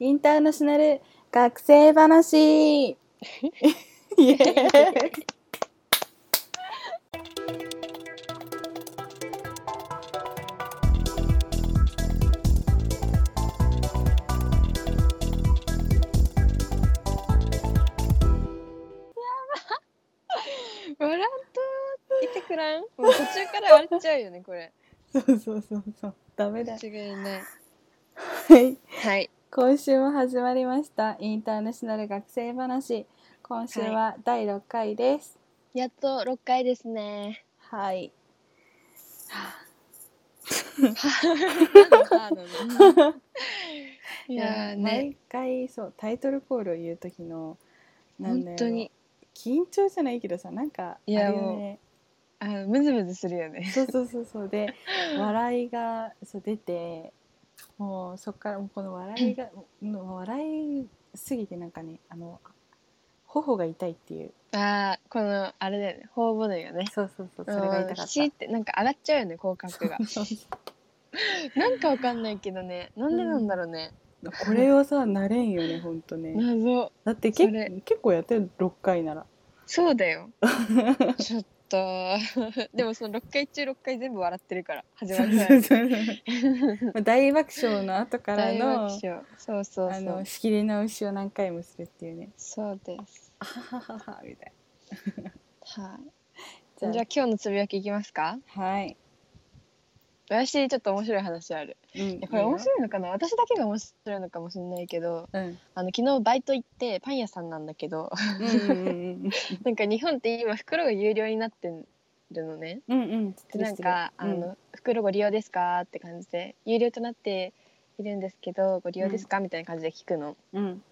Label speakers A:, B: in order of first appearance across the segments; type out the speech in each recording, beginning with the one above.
A: インターナショナル学生話 イエーイ
B: 笑っといてくらん もう途中から笑っちゃうよねこれ
A: そうそうそうそうダメだ
B: 間違いない
A: はい
B: はい
A: 今週も始まりましたインターナショナル学生話今週は第6回です
B: やっと六回ですね
A: はい、
B: いやーね
A: 毎回そうタイトルコールを言う時のなんだ
B: 本
A: ろう
B: 当に
A: 緊張じゃないけどさなんかあ
B: い
A: れ
B: や
A: よね
B: あのムズムズするよね
A: そうそうそうそう で笑いがそう出てもうそっからもうこの笑いがもう笑いすぎてなんかねあの頬が痛いっていう
B: あーこのあれだよね頬骨がね
A: そうそうそうそれが痛か
B: う
A: っ
B: んシーってなんか洗っちゃうよね口角が
A: た
B: なんかわかんないけどねなんでなんだろうね、
A: これはさ慣れんよねほんとね
B: 謎
A: だってけ
B: それ
A: 結構やってる6回なら
B: そうだ よちょっと でもその六回中六回全部笑ってるから始まる 前
A: 大爆笑の後から
B: 大
A: の
B: 爆笑そうそう
A: あ
B: そ
A: の
B: う
A: 仕切り直しを何回もするっていうね
B: そうです
A: あはははみたい
B: はいじゃ
A: な
B: あ
A: じゃ
B: 今日のつぶやきいきますか
A: あはい、
B: 私ちょっと面白い話ある
A: うん
B: いやこれ面
A: い
B: 白いのかな私だけが面白いのかもしれないけど
A: ようん
B: あの昨日バイト行ってパン屋さんなんだけど
A: うんうん
B: なんか日本って今袋が有料になってるのね
A: うんうん
B: でなんか、あの袋ご利用ですかって感じで有料となっているんですけどご利用ですか、みたいな感じで聞くの
A: うん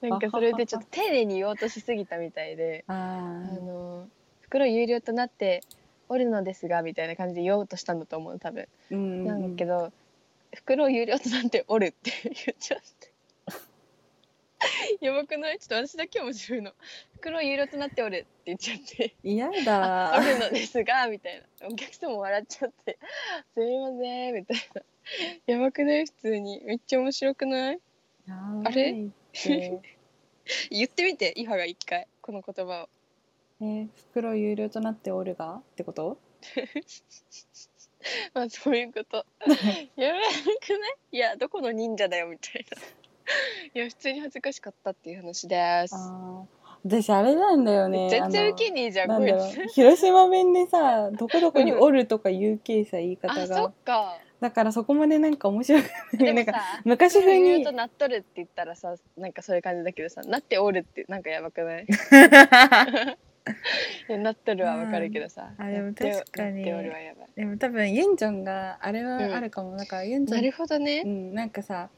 B: なんかそれでちょっと丁寧に言おうとしすぎたみたいで
A: あ
B: あの袋有料となっておるのですがみたいな感じで言おうとしたんだと思う多分
A: ーうん
B: なんだけ
A: ど
B: ど、袋を有料となっておるって言っちゃって。やばくないちょっと私だけ面白いの。袋を有料となっておるって言っちゃって。
A: 嫌
B: お
A: だ
B: るのですが、みたいな。お客さんも笑っちゃって。すいません、みたいな。やばくない普通に。めっちゃ面白くないあれ
A: やばいって
B: 言ってみて、イファが一回、この言葉を。
A: えー袋有料となっておるがってこと
B: まあ、そうい うこと。やばくないいや、どこの忍者だよ、みたいな。 いや、普通に恥ずかしかったっていう話です。
A: ああ私あれなんだよね
B: 全然
A: あの
B: ウケねえじゃん
A: な
B: こ
A: ん
B: い
A: だろう
B: つ
A: 広島弁でさどこどこにおるとかいう形さ言い
B: あ
A: 方
B: そ
A: が
B: っか
A: だからそこまでなんか面白く な
B: で
A: いな
B: も
A: んか
B: さ
A: 昔風
B: 言う
A: に
B: となっとるって言ったらさなんかそういう感じだけどさなっておるってなんかやばくない いやなっとるはわかるけどさ、
A: うんあでも
B: なってお
A: 確かに
B: なっておるはやばい
A: でも多分ユンジョンがあれはあるかも、なんかユンジョ
B: な
A: ン
B: るほど
A: う
B: ね
A: ん、なんかさ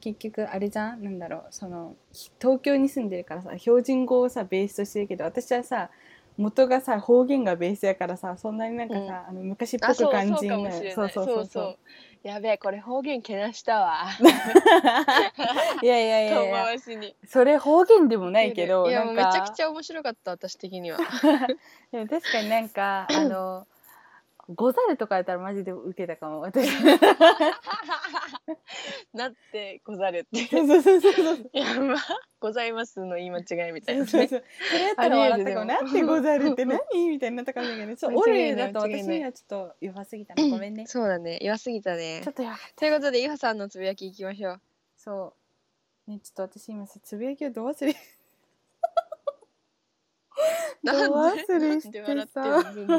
A: 結局あれじゃんなんだろうそのひ東京に住んでるからさ標準語をさベースとしてるけど私はさ元がさ方言がベースやからさそんなになんかさ、
B: うん
A: あの昔っぽ
B: あそ
A: く
B: う
A: 感
B: そ
A: じに
B: うかも
A: な
B: し
A: る
B: れないそうそうやべえこれ方言けなしたわ
A: いやいやいや
B: 遠
A: いや
B: 回しに
A: それ方言でもないけど
B: いや
A: なん
B: め
A: か
B: ちゃくちゃ面白かった私 的には
A: でも確かになんか あの「ござる」とかやったらマジでウケたかも 私
B: なってござるって
A: そうそうそうそうそう
B: やばございますの言い間違いみたいな、ね、
A: そうそうそれやったら笑ったかも
B: あ
A: な
B: りえる
A: んてござるって何みたいになったかもしれないけどちょっとオ
B: 間違
A: レ
B: いない
A: だと私
B: 間違いない
A: にはちょっと弱すぎたなごめんねち
B: そうだね弱すぎたね
A: ょっと弱
B: ということでイファさんのつぶやきいきましょう
A: そうねちょっと私今さつぶやきをど忘れど
B: なんで
A: 忘れし
B: なんで笑
A: て
B: ってんの
A: さ
B: そんな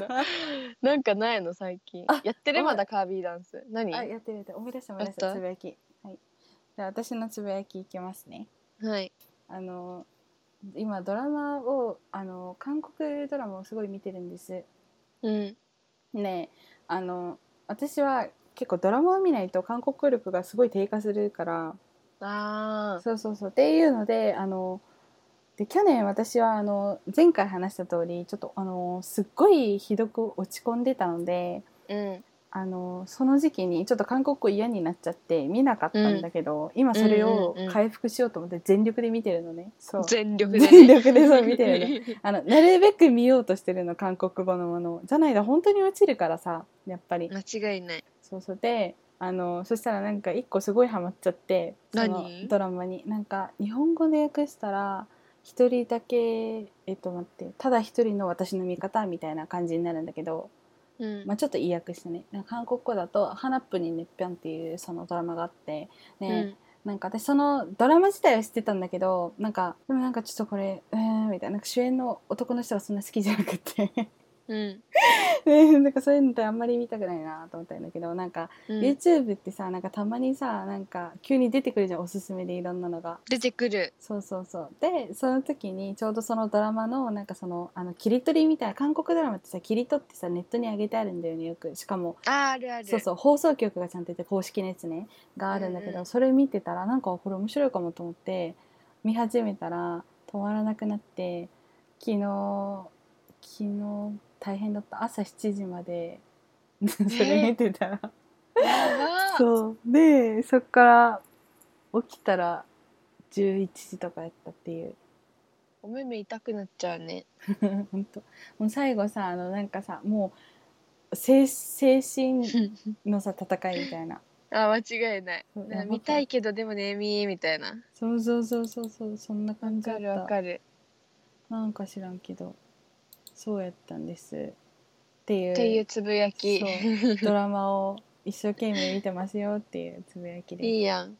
B: なんかないの最近
A: あ
B: やってる
A: あ
B: まだカービィダンス何
A: あ
B: は
A: やってるやってる思い出した思い出し
B: やったた
A: つぶやきはいじゃあ私のつぶやきいきますね
B: い
A: あの今ドラマをあの韓国ドラマをすごい見てるんです
B: うん
A: ねあの私は結構ドラマを見ないと韓国力がすごい低下するから
B: あー
A: そうそうそうっていうのであので去年私はあの前回話した通りちょっとあのすっごいひどく落ち込んでたので
B: うん
A: あのその時期にちょっと韓国語嫌になっちゃって見なかったんだけど、今それを
B: うんうんうん
A: 回復しようと思って全力で見てるのね。そう
B: 全力で、ね、
A: 全力でそう見てるのあのなるべく見ようとしてるの韓国語のものをじゃないと本当に落ちるからさやっぱり
B: 間違いない
A: そうそうであのそしたらなんか一個すごいハマっちゃってその
B: 何
A: ドラマになんか日本語で訳したら一人だけえっと待ってただ一人の私の味方みたいな感じになるんだけど、
B: うん
A: まあ、ちょっと意訳してねなんか韓国語だと「花っぷにねっぴょん」っていうそのドラマがあってね、
B: うん
A: なんか私そのドラマ自体は知ってたんだけどなんかでもなんかちょっとこれうーんみたいななんか主演の男の人がそんな好きじゃなくて
B: うん
A: ねなんかそういうのってあんまり見たくないなと思ったんだけどなんか
B: うん
A: YouTube ってさなんかたまにさなんか急に出てくるじゃんおすすめでいろんなのが
B: 出てくる
A: そうそうそうでその時にちょうどそのドラマのなんかそのあの切り取りみたいな韓国ドラマってさ切り取ってさネットに上げてあるんだよねよくしかも
B: あーあるある
A: そうそう放送局がちゃんとやって公式のやつねがあるんだけど、
B: うんうん
A: それ見てたらなんかこれ面白いかもと思って見始めたら止まらなくなって昨日昨日大変だった朝7時まで それ見てたら、
B: やばー
A: そうでそっから起きたら11時とかやったっていう
B: お目目痛くなっちゃうね
A: 本当もう最後さあのなんかさもう精精神のさ戦いみたいな
B: あー間違いない
A: そうや
B: な
A: ばかった
B: 見たいけどでもねみーみたいな
A: そうそうそうそうそうそんな
B: わ
A: 感じだ
B: か
A: っ
B: るわ
A: た
B: かる
A: なんか知らんけどそうやったんですっていう
B: っていうつぶやき
A: そうドラマを一生懸命見てますよっていうつぶやきでい
B: いいやん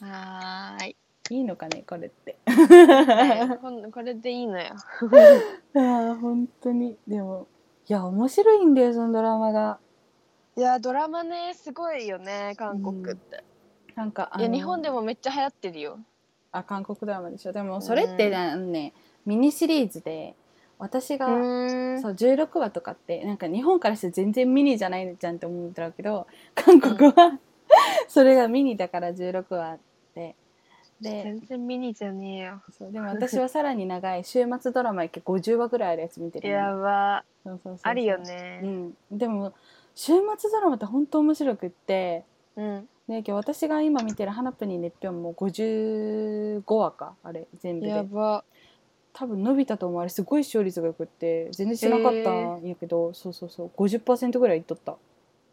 B: はーい
A: いのかねこれって
B: ねこんこれでいいのよ
A: ああ本当にでもいや面白いんだよそのドラマが
B: いやドラマねすごいよね韓国って、
A: なんかあ
B: いや
A: の
B: 日本でもめっちゃ流行ってるよ
A: あ韓国ドラマでしょでもそれってね,、ねミニシリーズで私が、
B: うん
A: そう16話とかってなんか日本からして全然ミニじゃないじゃんって思ってたけど韓国は、それがミニだから16話でで
B: 全然ミニじゃねえよ
A: そうでも私はさらに長い週末ドラマやけ50話ぐらいあるやつ見てるの
B: やば
A: そうそうそうそう
B: あるよ、ね
A: うん、でも週末ドラマって本当面白くって
B: うん、
A: ね今日私が今見てる「花プにねっぴょん」も55話かあれ全部
B: や
A: で
B: ば
A: 多分伸びたと思うあれすごい視聴率がよくって全然しなかったんやけど、そうそうそう50%ぐらいいっとった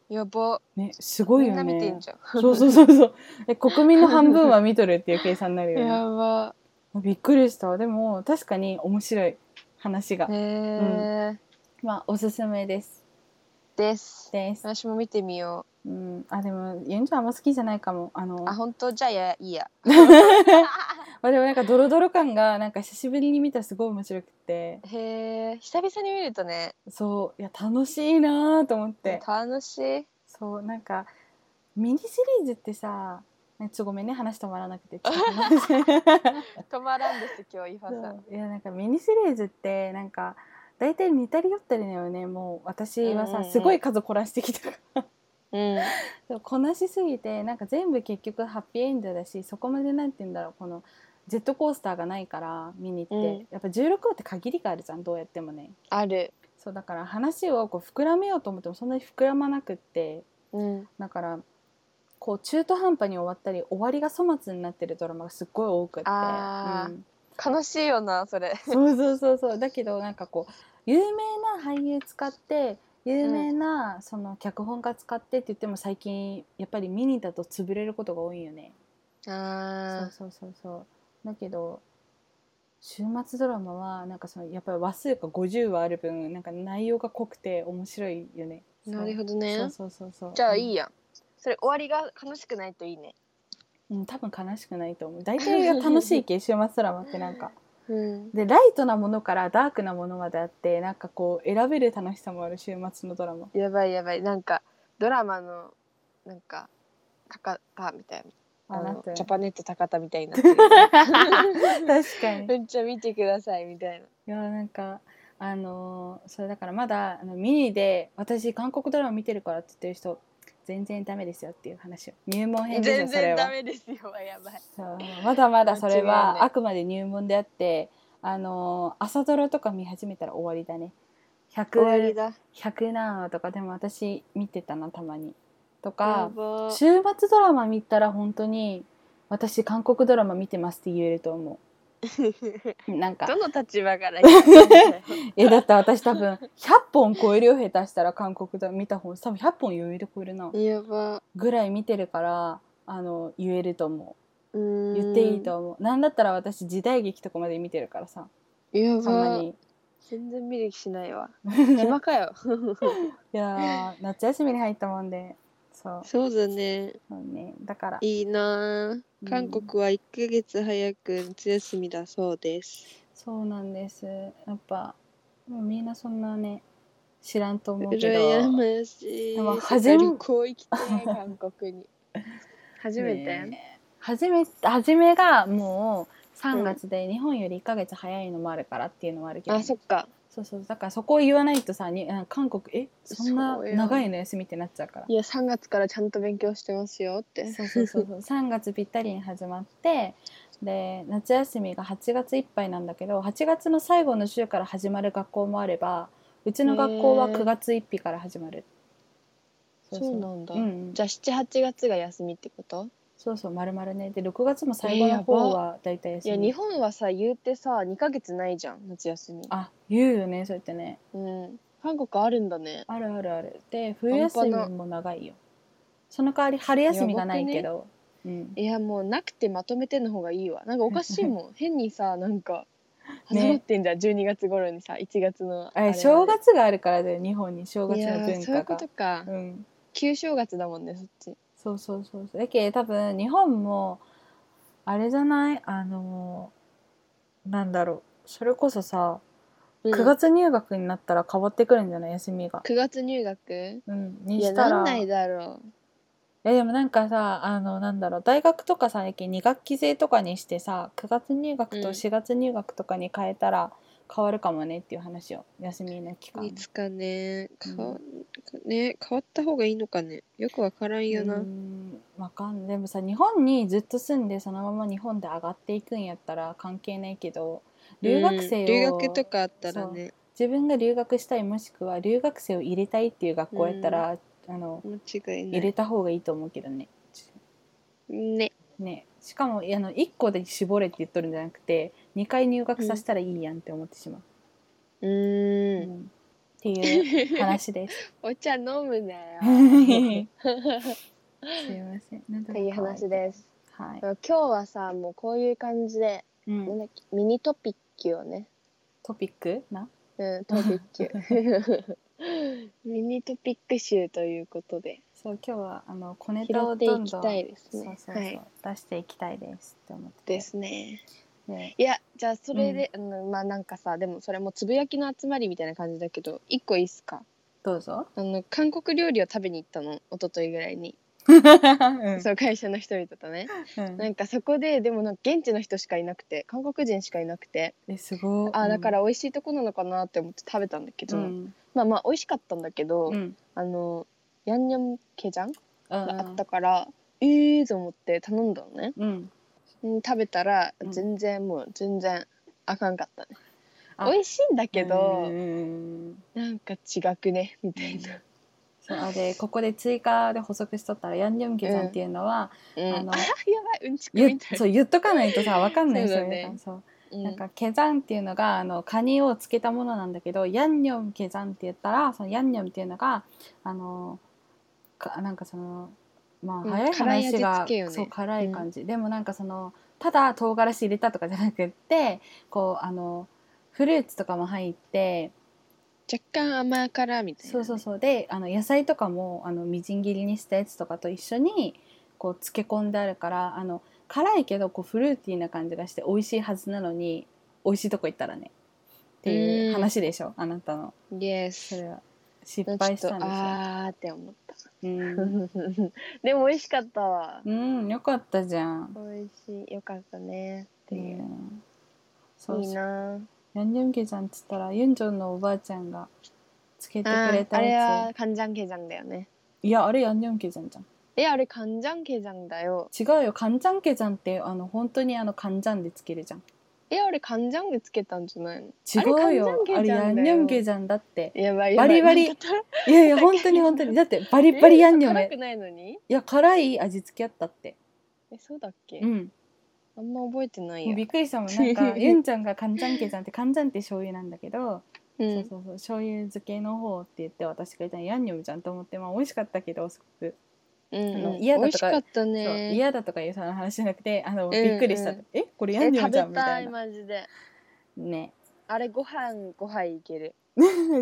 B: やば
A: ねすごい
B: みん
A: よ
B: な見てん
A: ね
B: じゃん
A: そうそうそうそう え国民の半分は見とるっていう計算にな るよ
B: やば
A: ねびっくりしたでも確かに面白い話が、
B: へえ、
A: まあおすすめです
B: です
A: です
B: 私も見てみよ
A: うんあでもゆんちゃんあんま好きじゃないかもあの
B: うあ本当じゃあいやいいや
A: あでもなんかドロドロ感がなんか久しぶりに見たらすごい面白くて
B: へえ久々に見るとね
A: そういや楽しいなーと思って
B: 楽しい
A: そうなんかミニシリーズってさちょっとごめんね話止まらなく てちょっと話して
B: 止まらんです今日イファ
A: そ
B: さん
A: ういやなんかミニシリーズってなんか大体似たり寄ったりだよねもう私は
B: うん
A: さ
B: うんうん
A: すごい数こなしてきたから
B: うん
A: そうこなしすぎてなんか全部結局ハッピーエンドだしそこまでなんて言うんだろうこのジェットコースターがないから見に行って、
B: うん
A: やっぱ16話って限りがあるじゃんどうやってもね
B: ある
A: そうだから話をこう膨らめようと思ってもそんなに膨らまなくって
B: うん
A: だからこう中途半端に終わったり終わりが粗末になってるドラマがすっごい多くって、
B: あー
A: うん
B: 悲しいよなそれ
A: そうそうそうそうだけどなんかこう有名な俳優使って有名なその脚本家使ってって言っても最近やっぱりミニだと潰れることが多いよね、
B: あ
A: そうそうそうそうだけど週末ドラマはなんかそのやっぱり話数が50話ある分なんか内容が濃くて面白いよね
B: あなるほど
A: そ
B: ね
A: うそうそうそう
B: じゃあ
A: うん
B: いいやんそれ終わりが悲しくないといいね
A: うん、多分悲しくないと思う大体が楽しい系週末ドラマってなんか
B: うん
A: でライトなものからダークなものまであってなんかこう選べる楽しさもある週末のドラマ
B: やばいやばいなんかドラマのなんか高田みたいなあ
A: な
B: の
A: ってる
B: ジャ
A: 確
B: パネット高田みたい になって
A: か
B: る
A: にい
B: めっちゃ見てくださいみたいな
A: やなんかあのーそれだからまだあのミニで私韓国ドラマ見てるからって言ってる人全然ダメですよっていう話を入門編ですよ
B: 全
A: それ
B: 然
A: は
B: ダメですよやばい
A: そうまだまだそれ
B: 間違い
A: は
B: ない
A: あくまで入門であってあのー朝ドラとか見始めたら終わりだね100
B: 終わりだ
A: 100何話とかでも私見てたなたまにと
B: や
A: か
B: ば
A: 週末ドラマ見たら本当に私韓国ドラマ見てますって言えると思なんか
B: どの立場から言ってるんだよ
A: えだって私多分100本超えるよ下手したら韓国で見た本多分100本余裕で超えるな
B: やば
A: ぐらい見てるからあの言えると思
B: うー
A: うん言っていいと思うなんだったら私時代劇とかまで見てるからさ
B: や
A: そんな
B: ば
A: に
B: 全然見る気しない わ暇かよ
A: いやー夏休みに入ったもんでそう
B: そうだね
A: そうねだから
B: いいなあ韓国は1ヶ月早く夏休みだそうです
A: そうなんですやっぱもうみんなそんなね知らんと思うけ
B: 羨
A: ど
B: ましい
A: でも初め
B: 初旅行行きたい韓国に初めて、
A: ね初め初めがもう3月で日本より1ヶ月早いのもあるからっていうのもあるけど、
B: あそっか
A: そうそうだからそこを言わないとさにあ韓国えそんな
B: そうよ
A: 長いの休みってなっちゃうから
B: いや3月からちゃんと勉強してますよって
A: そうそうそうそう3月ぴったりに始まってで夏休みが8月いっぱいなんだけど8月の最後の週から始まる学校もあればうちの学校は
B: へー
A: 9月1日から始まる、
B: そうなんだ、
A: うんうん
B: じゃあ78月が休みってこと
A: そうそう丸々ねで6月も最後の方はだいたい
B: い
A: 休
B: や
A: み、
B: 日本はさ言うてさ2ヶ月ないじゃん夏休み
A: あ言うよねそうやってね
B: うん韓国あるんだね
A: あるあるあるで冬休み
B: 半端
A: も長いよその代わり春休みがないけど、うん
B: いやもうなくてまとめての方がいいわなんかおかしい もん変にさなんか
A: ね
B: 始まってんじゃん、12月頃にさ1月の
A: あれ正月があるからだよ日本に正
B: い
A: 月
B: や
A: の
B: ー
A: 文
B: そうい
A: 化
B: うこ
A: が
B: とか、
A: うん
B: 旧正月だもんねそっち
A: そうそうそうそうだけど多分日本もあれじゃないあのなんだろうそれこそさ
B: うん
A: 9月入学になったら変わってくるんじゃない休みが。
B: 9月入学
A: うん、
B: い
A: に
B: や
A: した
B: なん
A: ら
B: ない
A: い
B: だろ
A: やでもなんかさあのなんだろう大学とかさ2学期制とかにしてさ9月入学と
B: うん
A: 4月入学とかに変えたら変わるかもねっていう話を休みの期
B: う
A: 間
B: いつかねか、
A: う
B: ね変わった方がいいのかねよくわからんよな、
A: うーんわかんでもさ日本にずっと住んでそのまま日本で上がっていくんやったら関係ないけど留学生
B: うん
A: を、
B: 留学とかあったらね
A: 自分が留学したいもしくは留学生を入れたいっていう学校やったら、あの
B: 間違い
A: 入
B: ない
A: れた方がいいと思うけどね。
B: ね
A: ねしかもあの1個で絞れって言っとるんじゃなくて2回入学させたらいいやんって思ってしまう。
B: う
A: う
B: ーん
A: んっていう話です。
B: お茶飲むな
A: す
B: よ
A: いません。なん
B: と
A: だ
B: いう話です
A: はい。
B: 今日はさもうこういう感じで、
A: うん
B: なんだっけミニトピックをね
A: トピックな
B: うんトピッ クミニトピック集ということで
A: そう今日はあの小
B: 拾
A: ネタを
B: って
A: どん
B: いき
A: どん
B: たいです
A: そう
B: ね
A: そうそう、
B: はい
A: 出していきたいですって思ってて
B: ですね
A: ね
B: いやじゃあそれで、うんまあなんかさでもそれもつぶやきの集まりみたいな感じだけど一個いいっすか
A: どう ぞ、
B: あの韓国料理を食べに行ったの一昨日ぐらいに、
A: うん
B: そう会社の人々とね
A: うん
B: なんかそこででもなんか現地の人しかいなくて韓国人しかいなくて
A: えすごい
B: あだか、ら美味しいとこなのかなって思って食べたんだけ
A: う
B: ど、
A: ん
B: まあまあ美味しかったんだけど、
A: うんうん
B: あのヤンニョムケジャン
A: うん
B: があったから、ええーと思って頼んだのね、
A: うん、
B: うん、食べたら
A: うん
B: 全然、もう全然あかんかったね
A: あ
B: 美味しいんだけど、
A: うんうんうん
B: なんか違くねみたいな、
A: そうあでここで追加で補足しとったらヤンニョムケちゃんっていうのは、
B: うん、
A: あ
B: あ
A: の
B: やばいうんちく
A: ゆ
B: みたい
A: そ
B: な
A: う言っとかないとさわかんない
B: そうだね
A: 人いるからそう
B: う
A: なんかケザンっていうのがあのカニをつけたものなんだけどヤンニョムケザンって言ったらそのヤンニョムっていうのがあのかなんかそのま
B: うん
A: あ早い話
B: 辛い味
A: が、
B: 付けよね
A: そう辛い感じ、でもなんかそのただ唐辛子入れたとかじゃなくってこうあのフルーツとかも入って
B: 若干甘辛みたいなね、
A: そうそうそうであの野菜とかもあのみじん切りにしたやつとかと一緒にこう漬け込んであるからあの辛いけどこうフルーティーな感じがして美味しいはずなのに美味しいとこ行ったらねっていう話でしょあなたの
B: イエ
A: そ
B: ス
A: れは失
B: なんか
A: 敗し
B: ちょった
A: ん
B: と
A: でし
B: あーって思った
A: ょうん、
B: でも美味しかったわ
A: うん、よかったじゃん、
B: 美味しいよかったねっていう、
A: ねそう
B: いい
A: そう
B: な
A: ヤンニョムケちゃんっつったらユンジョンのおばあちゃんがつけて
B: あ
A: くれ
B: あ
A: た
B: れ
A: や
B: はカンジャンケジャンだよね
A: ついやあれヤンニョムケちゃんじゃん
B: えあれカンジャンケジャンだよ
A: 違うよカンジャンケちゃんってあの本当にあのカンジャンでつけるじゃん
B: えあれカンジャンでつけたんじゃないの
A: 違うよ。あれ
B: あれ
A: ヤ
B: カンジ
A: ン
B: ャンケジャンだよ
A: ニョムケジャンだって。
B: やばい
A: バリバリいやい や、本当に本当に。だって、バリバリヤンニョム。
B: 辛
A: い
B: くないのに
A: や、辛い味付けあったって。
B: えそうだっけ、
A: うん。
B: あんま覚えてない
A: もう
B: よ
A: びっくりしたも んなんかユンちゃんがカンジャンケジャンってカンジャンって醤油なんだけど、
B: う
A: そうんそうそう醤油漬けの方って言って私がいたのヤンニョムじゃんと思ってまあ美味しかったけどすごく、
B: うん
A: あの
B: 美
A: 嫌だ
B: 味
A: と
B: し
A: か
B: かった
A: そう
B: ね
A: 嫌だとかいうその話じゃなくてあの、
B: んうん
A: びっくりしたえこれヤン
B: え
A: ニョム
B: 食
A: じ
B: べ
A: ゃんみ
B: た
A: たい
B: い
A: な
B: マジで
A: ね
B: あれご飯5杯いける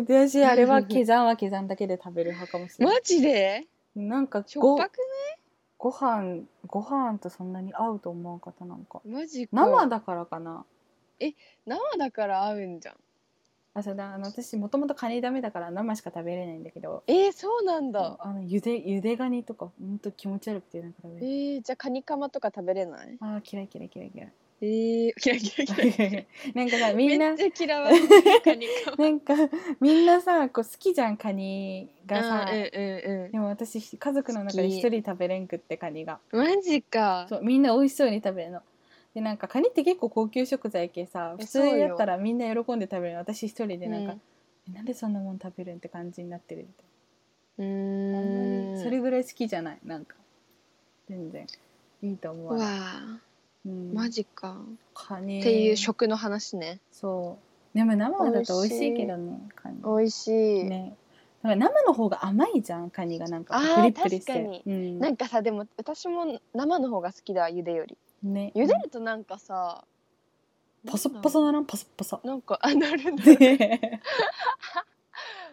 A: で私あれはケジャンはケジャンだけで食べる派かもしれ
B: マ
A: ない、
B: ジで
A: なんか
B: しょっ
A: ご
B: ぱく
A: ご飯ご飯とそんなに合うと思わんかったなんか
B: マジか
A: 生だからかな
B: 生だから合うんじゃん
A: あそうだあの私もともとカニダメだから生しか食べれないんだけど
B: えー、そうなんだ
A: あのゆでゆでガニとかほんと気持ち悪くてなんか食べれ
B: え
A: ない
B: ー、じゃあカニカマとか食べれない
A: あー嫌い嫌い嫌い嫌い
B: えー、キラキラキラ
A: なんかさみんな
B: めっちゃ嫌 われてるカニカマ
A: なんかみんなさこう好きじゃんカニがさ、
B: うんうん
A: でも私ひ家族の中で一人食べれんくってカニが
B: うんマジか
A: そうみんな美味しそうに食べるのでなんかカニって結構高級食材系さ
B: え
A: 普通やったらみんな喜んで食べるの私一人でなんか
B: う、ん
A: えなんでそんなもん食べるんって感じになってるみたいうなあんま
B: ーん
A: りそれぐらい好きじゃないなんか全然いいと思
B: う
A: わない、
B: わあ
A: うん、
B: マジか、
A: カニ
B: っていう食の話ね
A: そうでも生だと美味しいけどねカニ
B: 美味しい、
A: ねなんか生の方が甘いじゃんカニがなんか
B: あー
A: プリプリして
B: 確かに
A: うん、
B: なんかさでも私も生の方が好きだ茹でより
A: ね
B: 茹でるとなんかさ
A: パサッパサならんパサッパサ
B: なんかあなるなる
A: で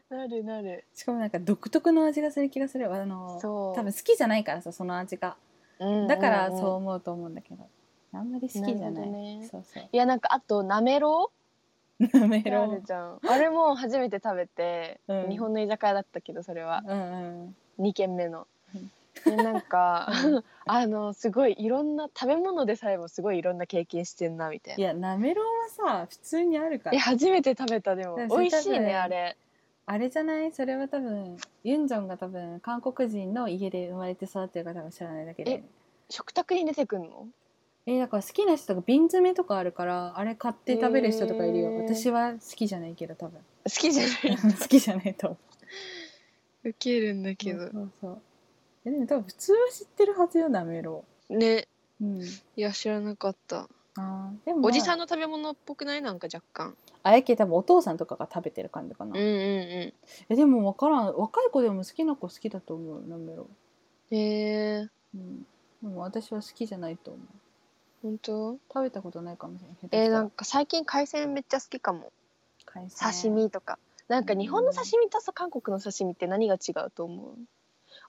B: なるなる
A: しかもなんか独特の味がする気がするあの
B: そう
A: 多分好きじゃないからさその味が
B: うん
A: だから
B: んん
A: そう思うと思うんだけど、あんまり好きじゃ
B: な
A: な
B: る
A: い
B: ほどね
A: そうそう
B: いやなんかあとなめろ
A: なめ
B: う
A: ろ
B: ある
A: う
B: じゃんあれも初めて食べて、
A: うん
B: 日本の居酒屋だったけどそれは
A: うんうん
B: 2軒目の
A: うん。
B: でなんか
A: うん
B: あのすごいいろんな食べ物でさえもすごいいろんな経験してんなみたい
A: い
B: な
A: やなめろうはさ普通にあるか
B: え
A: ら
B: 初めて食べたでも
A: でもそれ
B: 美味しい
A: 多
B: ね
A: 分
B: あれ
A: あれじゃないそれは多分ユンジョンが多分韓国人の家で生まれて育ってるか多分知らないだけで
B: 食卓に出てくんの
A: えだから好きな人が瓶詰めとかあるからあれ買って食べる人とかいるよ、
B: へー
A: 私は好きじゃないけど多 分
B: 好きじゃない
A: 好きじゃないと思う
B: ウケるんだけ
A: そう
B: ど
A: そうそうえでも多分普通は知ってるはずよなめろ
B: ね
A: う、うん、
B: いや知らなかった
A: あーでも、
B: おじさん
A: ん
B: の食べ物っぽくないなんか若干
A: あやけ多分お父さんとかが食べてる感じかな、
B: うんう
A: えでも分からん若い子でも好きな子好きだと思うなめろ
B: んへえ
A: う、うん、でも私は好きじゃないと思う
B: 本当
A: 食べたことないかもしれない下手
B: え
A: し
B: ー
A: た
B: な
A: ら
B: んか最近海鮮めっちゃ好きかも
A: 海鮮
B: 刺身とかなんか日本の刺身とさ韓国の刺身って何が違うと思う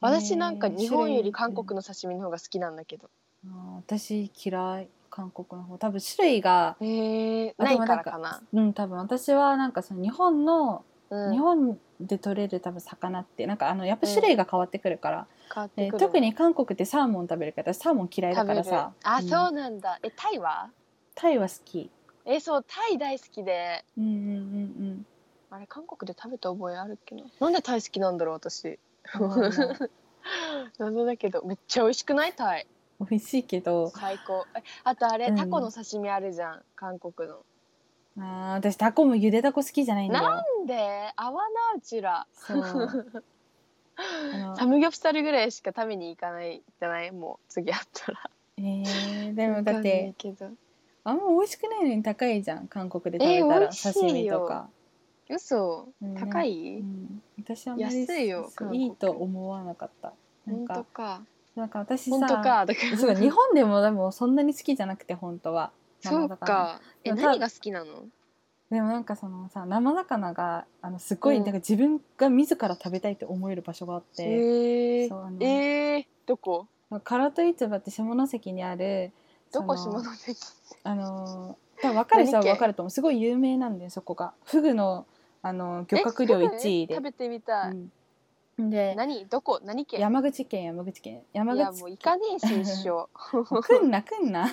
B: 私なんか日本より韓国の刺身の方が好きなんだけど
A: あー私嫌い韓国の方多分種類が
B: へえ
A: あ
B: な
A: で
B: い
A: も
B: からかな
A: うん多分私はなんかその日本の、
B: うん
A: 日本で取れる多分魚ってなんかあのやっぱ種類が変わってくるから、
B: 変わって
A: え
B: くる
A: 特に韓国ってサーモン食べるから私サーモン嫌いだ
B: 食
A: か
B: べ
A: ら
B: る
A: さ
B: あ
A: うん
B: そうなんだえタイは
A: タイは好き
B: えそうタイ大好きで
A: うんうんうん うん
B: あれ韓国で食べた覚えあるっけななんでタイ好きなんだろう私 謎だけどめっちゃ美味しくないタイ
A: 美味しいけど
B: 最高えあとあれ、
A: うん
B: タコの刺身あるじゃん韓国の
A: あー私タコもゆでタコ好きじゃないんだ
B: な
A: よ
B: んで合わなうちら
A: そうあの
B: サムギョプサルぐらいしか食べに行かないじゃないもう次会ったら
A: えーでもだ
B: わか
A: っ
B: んない
A: て
B: けど
A: あんま美味しくないのに高いじゃん韓国で食べ
B: えー
A: た
B: 美
A: ら
B: 味しいよ
A: 刺身とか、
B: 嘘
A: うん
B: 高い、
A: うん、私はあんまり
B: 安いよ
A: そう
B: 韓国
A: いいと思わなかったなん
B: 本当
A: か
B: か
A: なんか私
B: 本当
A: さ
B: かだから
A: そう日本でもでもそんなに好きじゃなくて本当は
B: そう
A: 生魚
B: かえ
A: でもた
B: 何が好きなの
A: でもなんかそのさ生魚があのすごい、
B: うん
A: なんか自分が自ら食べたいって思える場所があって、
B: え
A: そうあの
B: えー、どこ
A: 唐戸市場って下関にある
B: どこ
A: そ
B: 下
A: の
B: 関
A: あの多分分かる人は
B: 何県
A: 分かると思うすごい有名なんだよそこがフグのあの漁獲量
B: え
A: 1位で
B: 食、べてみたい、
A: うん、で
B: 何どこ何県
A: 山口県山口県山
B: いや
A: 口
B: もう行かねえし一生
A: くんなくん な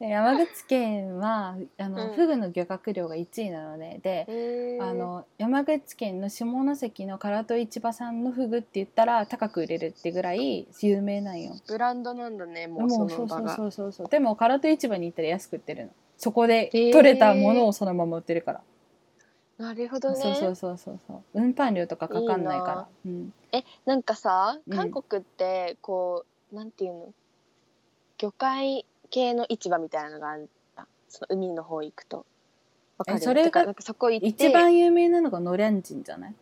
A: で山口県はあの、
B: うん
A: フグの漁獲量が1位なのでで、
B: へー
A: あの山口県の下関の唐戸市場産のフグって言ったら高く売れるってぐらい有名なんよ。
B: ブランドなんだねもうそ
A: もうそ
B: の
A: う
B: 場
A: そう
B: が
A: そうそうそうでも唐戸市場に行ったら安く売ってるのそこで
B: へー
A: 取れたものをそのまま売ってるから、
B: なるほどね
A: そうそうそうそうそう運搬料とかかかんないからうん、
B: えなんかさ
A: うん
B: 韓国ってこう、なんていうの魚介系の市場みたいなのがあったその海の方行くとわかる
A: えそれが
B: てかなんかそこ行って
A: 一番有名なのがノリャンジンじゃない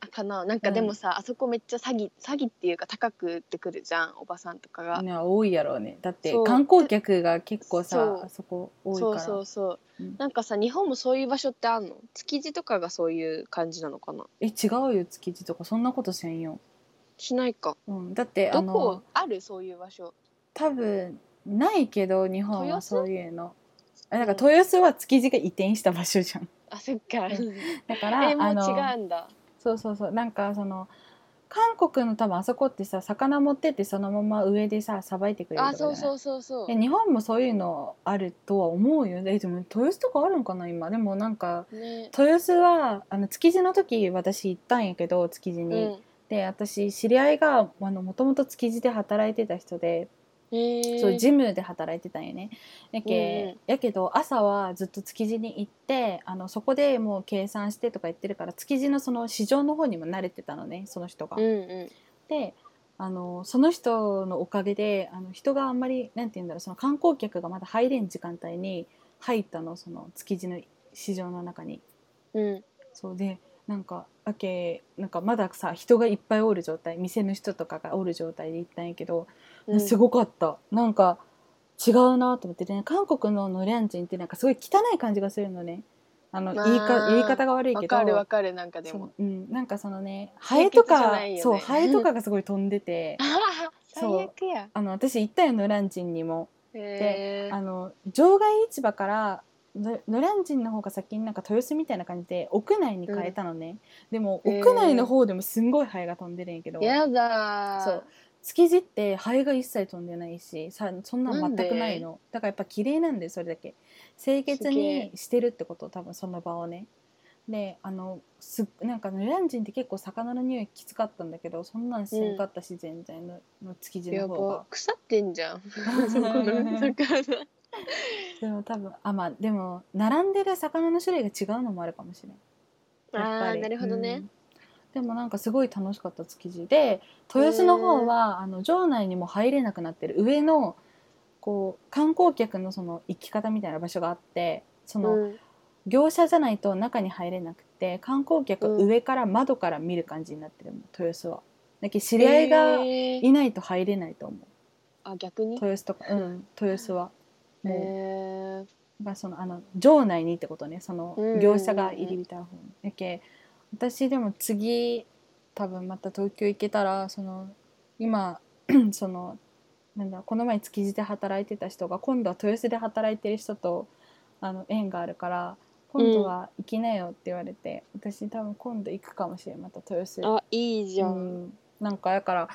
B: あかななんかでもさ、あそこめっちゃ詐欺詐欺っていうか高く売ってくるじゃんおばさんとかが、
A: いや多いやろうねだって
B: そう
A: 観光客が結構さ
B: そう
A: あそこ多いか
B: そ
A: ら
B: うそうそう、
A: うん
B: なんかさ日本もそういう場所ってあんの築地とかがそういう感じなのかな
A: え違うよ築地とかそんなことせんよ、
B: しないか
A: うん、だってあ
B: ど
A: の
B: こあるそういう場所
A: 多分ないけど日本
B: 豊
A: は
B: 洲
A: そういうのあだから豊洲は築地が移転した場所じゃん
B: あそっか え
A: だから
B: も
A: あ
B: う
A: の
B: 違うんだ
A: そうそうそうなんかその韓国の多分あそこってさ魚持ってってそのまま上でささばいてくれると
B: あ
A: かじゃな
B: そ
A: いう
B: そうそうそう
A: え日本もそういうのあるとは思うよねえでも豊洲とかあるんかな今でもなんか
B: ね
A: 豊洲はあの築地の時私行ったんやけど築地
B: う
A: に、
B: ん
A: で私知り合いがもともと築地で働いてた人で、
B: へえ
A: そうジムで働いてたんやねやけ,、
B: うんうん
A: やけど朝はずっと築地に行ってあのそこでもう計算してとか言ってるから築地のその市場の方にも慣れてたのねその人が。
B: うんう
A: であのその人のおかげであの人があんまりなんて言うんだろうその観光客がまだ入れん時間帯に入ったのその築地の市場の中に。
B: んうん
A: そうでなんかだけなんかまださ人がいっぱいおる状態店の人とかがおる状態で行ったんやけど、
B: うん
A: すごかったなんか違うなと思ってで、ね、韓国ののりゃんジンってなんかすごい汚い感じがするのねあの
B: まあ
A: 言いか言い方が悪い
B: わ
A: けど
B: かるわかるなんかで
A: そ
B: も
A: う、うん、なんかそのねハエ
B: 清
A: と
B: 潔じ
A: か、
B: ゃないよね
A: そうハエとかがすごい飛んでて
B: ああ
A: そう
B: 最悪や
A: あの私行ったよのりゃんジンにも
B: へえ
A: あの場外市場からののらんじんの方が先になんか豊洲みたいな感じで屋内に変えたのね、でも
B: へー
A: 屋内の方でもすんごいハエが飛んでるんやけど、
B: やだー
A: そう築地ってハエが一切飛んでないしさそんなん全くないのだからやっぱ綺麗なんでそれだけ清潔にしてるってこと多分その場をねであのすなんかのらんじんって結構魚の匂いきつかったんだけどそんなんしんかったし、全体のの築地
B: や
A: の方が
B: ば。腐ってん じゃんそこの魚
A: でも多分あまあでも並んでる魚の種類が違うのもあるかもしれないやっぱ
B: あ
A: り
B: ーなるほど
A: う
B: ね、
A: んでもなんかすごい楽しかった築地で豊洲の方はあの場内にも入れなくなってる上のこう観光客のその行き方みたいな場所があってそうの、
B: ん、
A: 業者じゃないと中に入れなくて観光客は上から窓から見る感じになってるもん豊洲は。だけど知り合いが
B: へー
A: いないと入れないと思う
B: あ逆に
A: 豊洲とか、うん、豊洲は。
B: へ
A: もう
B: え
A: がそのあの場内にってことねその
B: うんうんうんうん
A: 業者が入り浸る方に。だけ私でも次多分また東京行けたらその今 そのなんだこの前築地で働いてた人が今度は豊洲で働いてる人とあの縁があるから今度は行きなよって言われて、私多分今度行くかもしれんまた豊洲。
B: あいいじゃ、
A: うんんなんかだから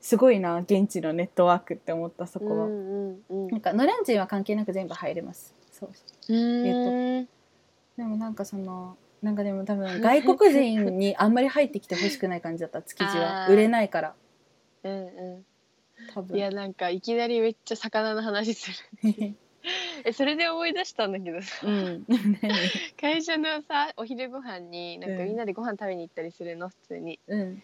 A: すごいな現地のネットワークって思ったそこは。
B: うんうんうん
A: なんかノレンジンは関係なく全部入れます。そう
B: うーん
A: でもなんかそのなんかでも多 分外国人にあんまり入ってきてほしくない感じだった築地は
B: あー
A: 売れないから
B: うんう
A: 多
B: ん いや
A: 分
B: なんかいきなりめっちゃ魚の話するえそれで思い出したんだけどさ
A: うん
B: 会社のさお昼ご飯になんか
A: うん
B: みんなでご飯食べに行ったりするの普通に
A: うん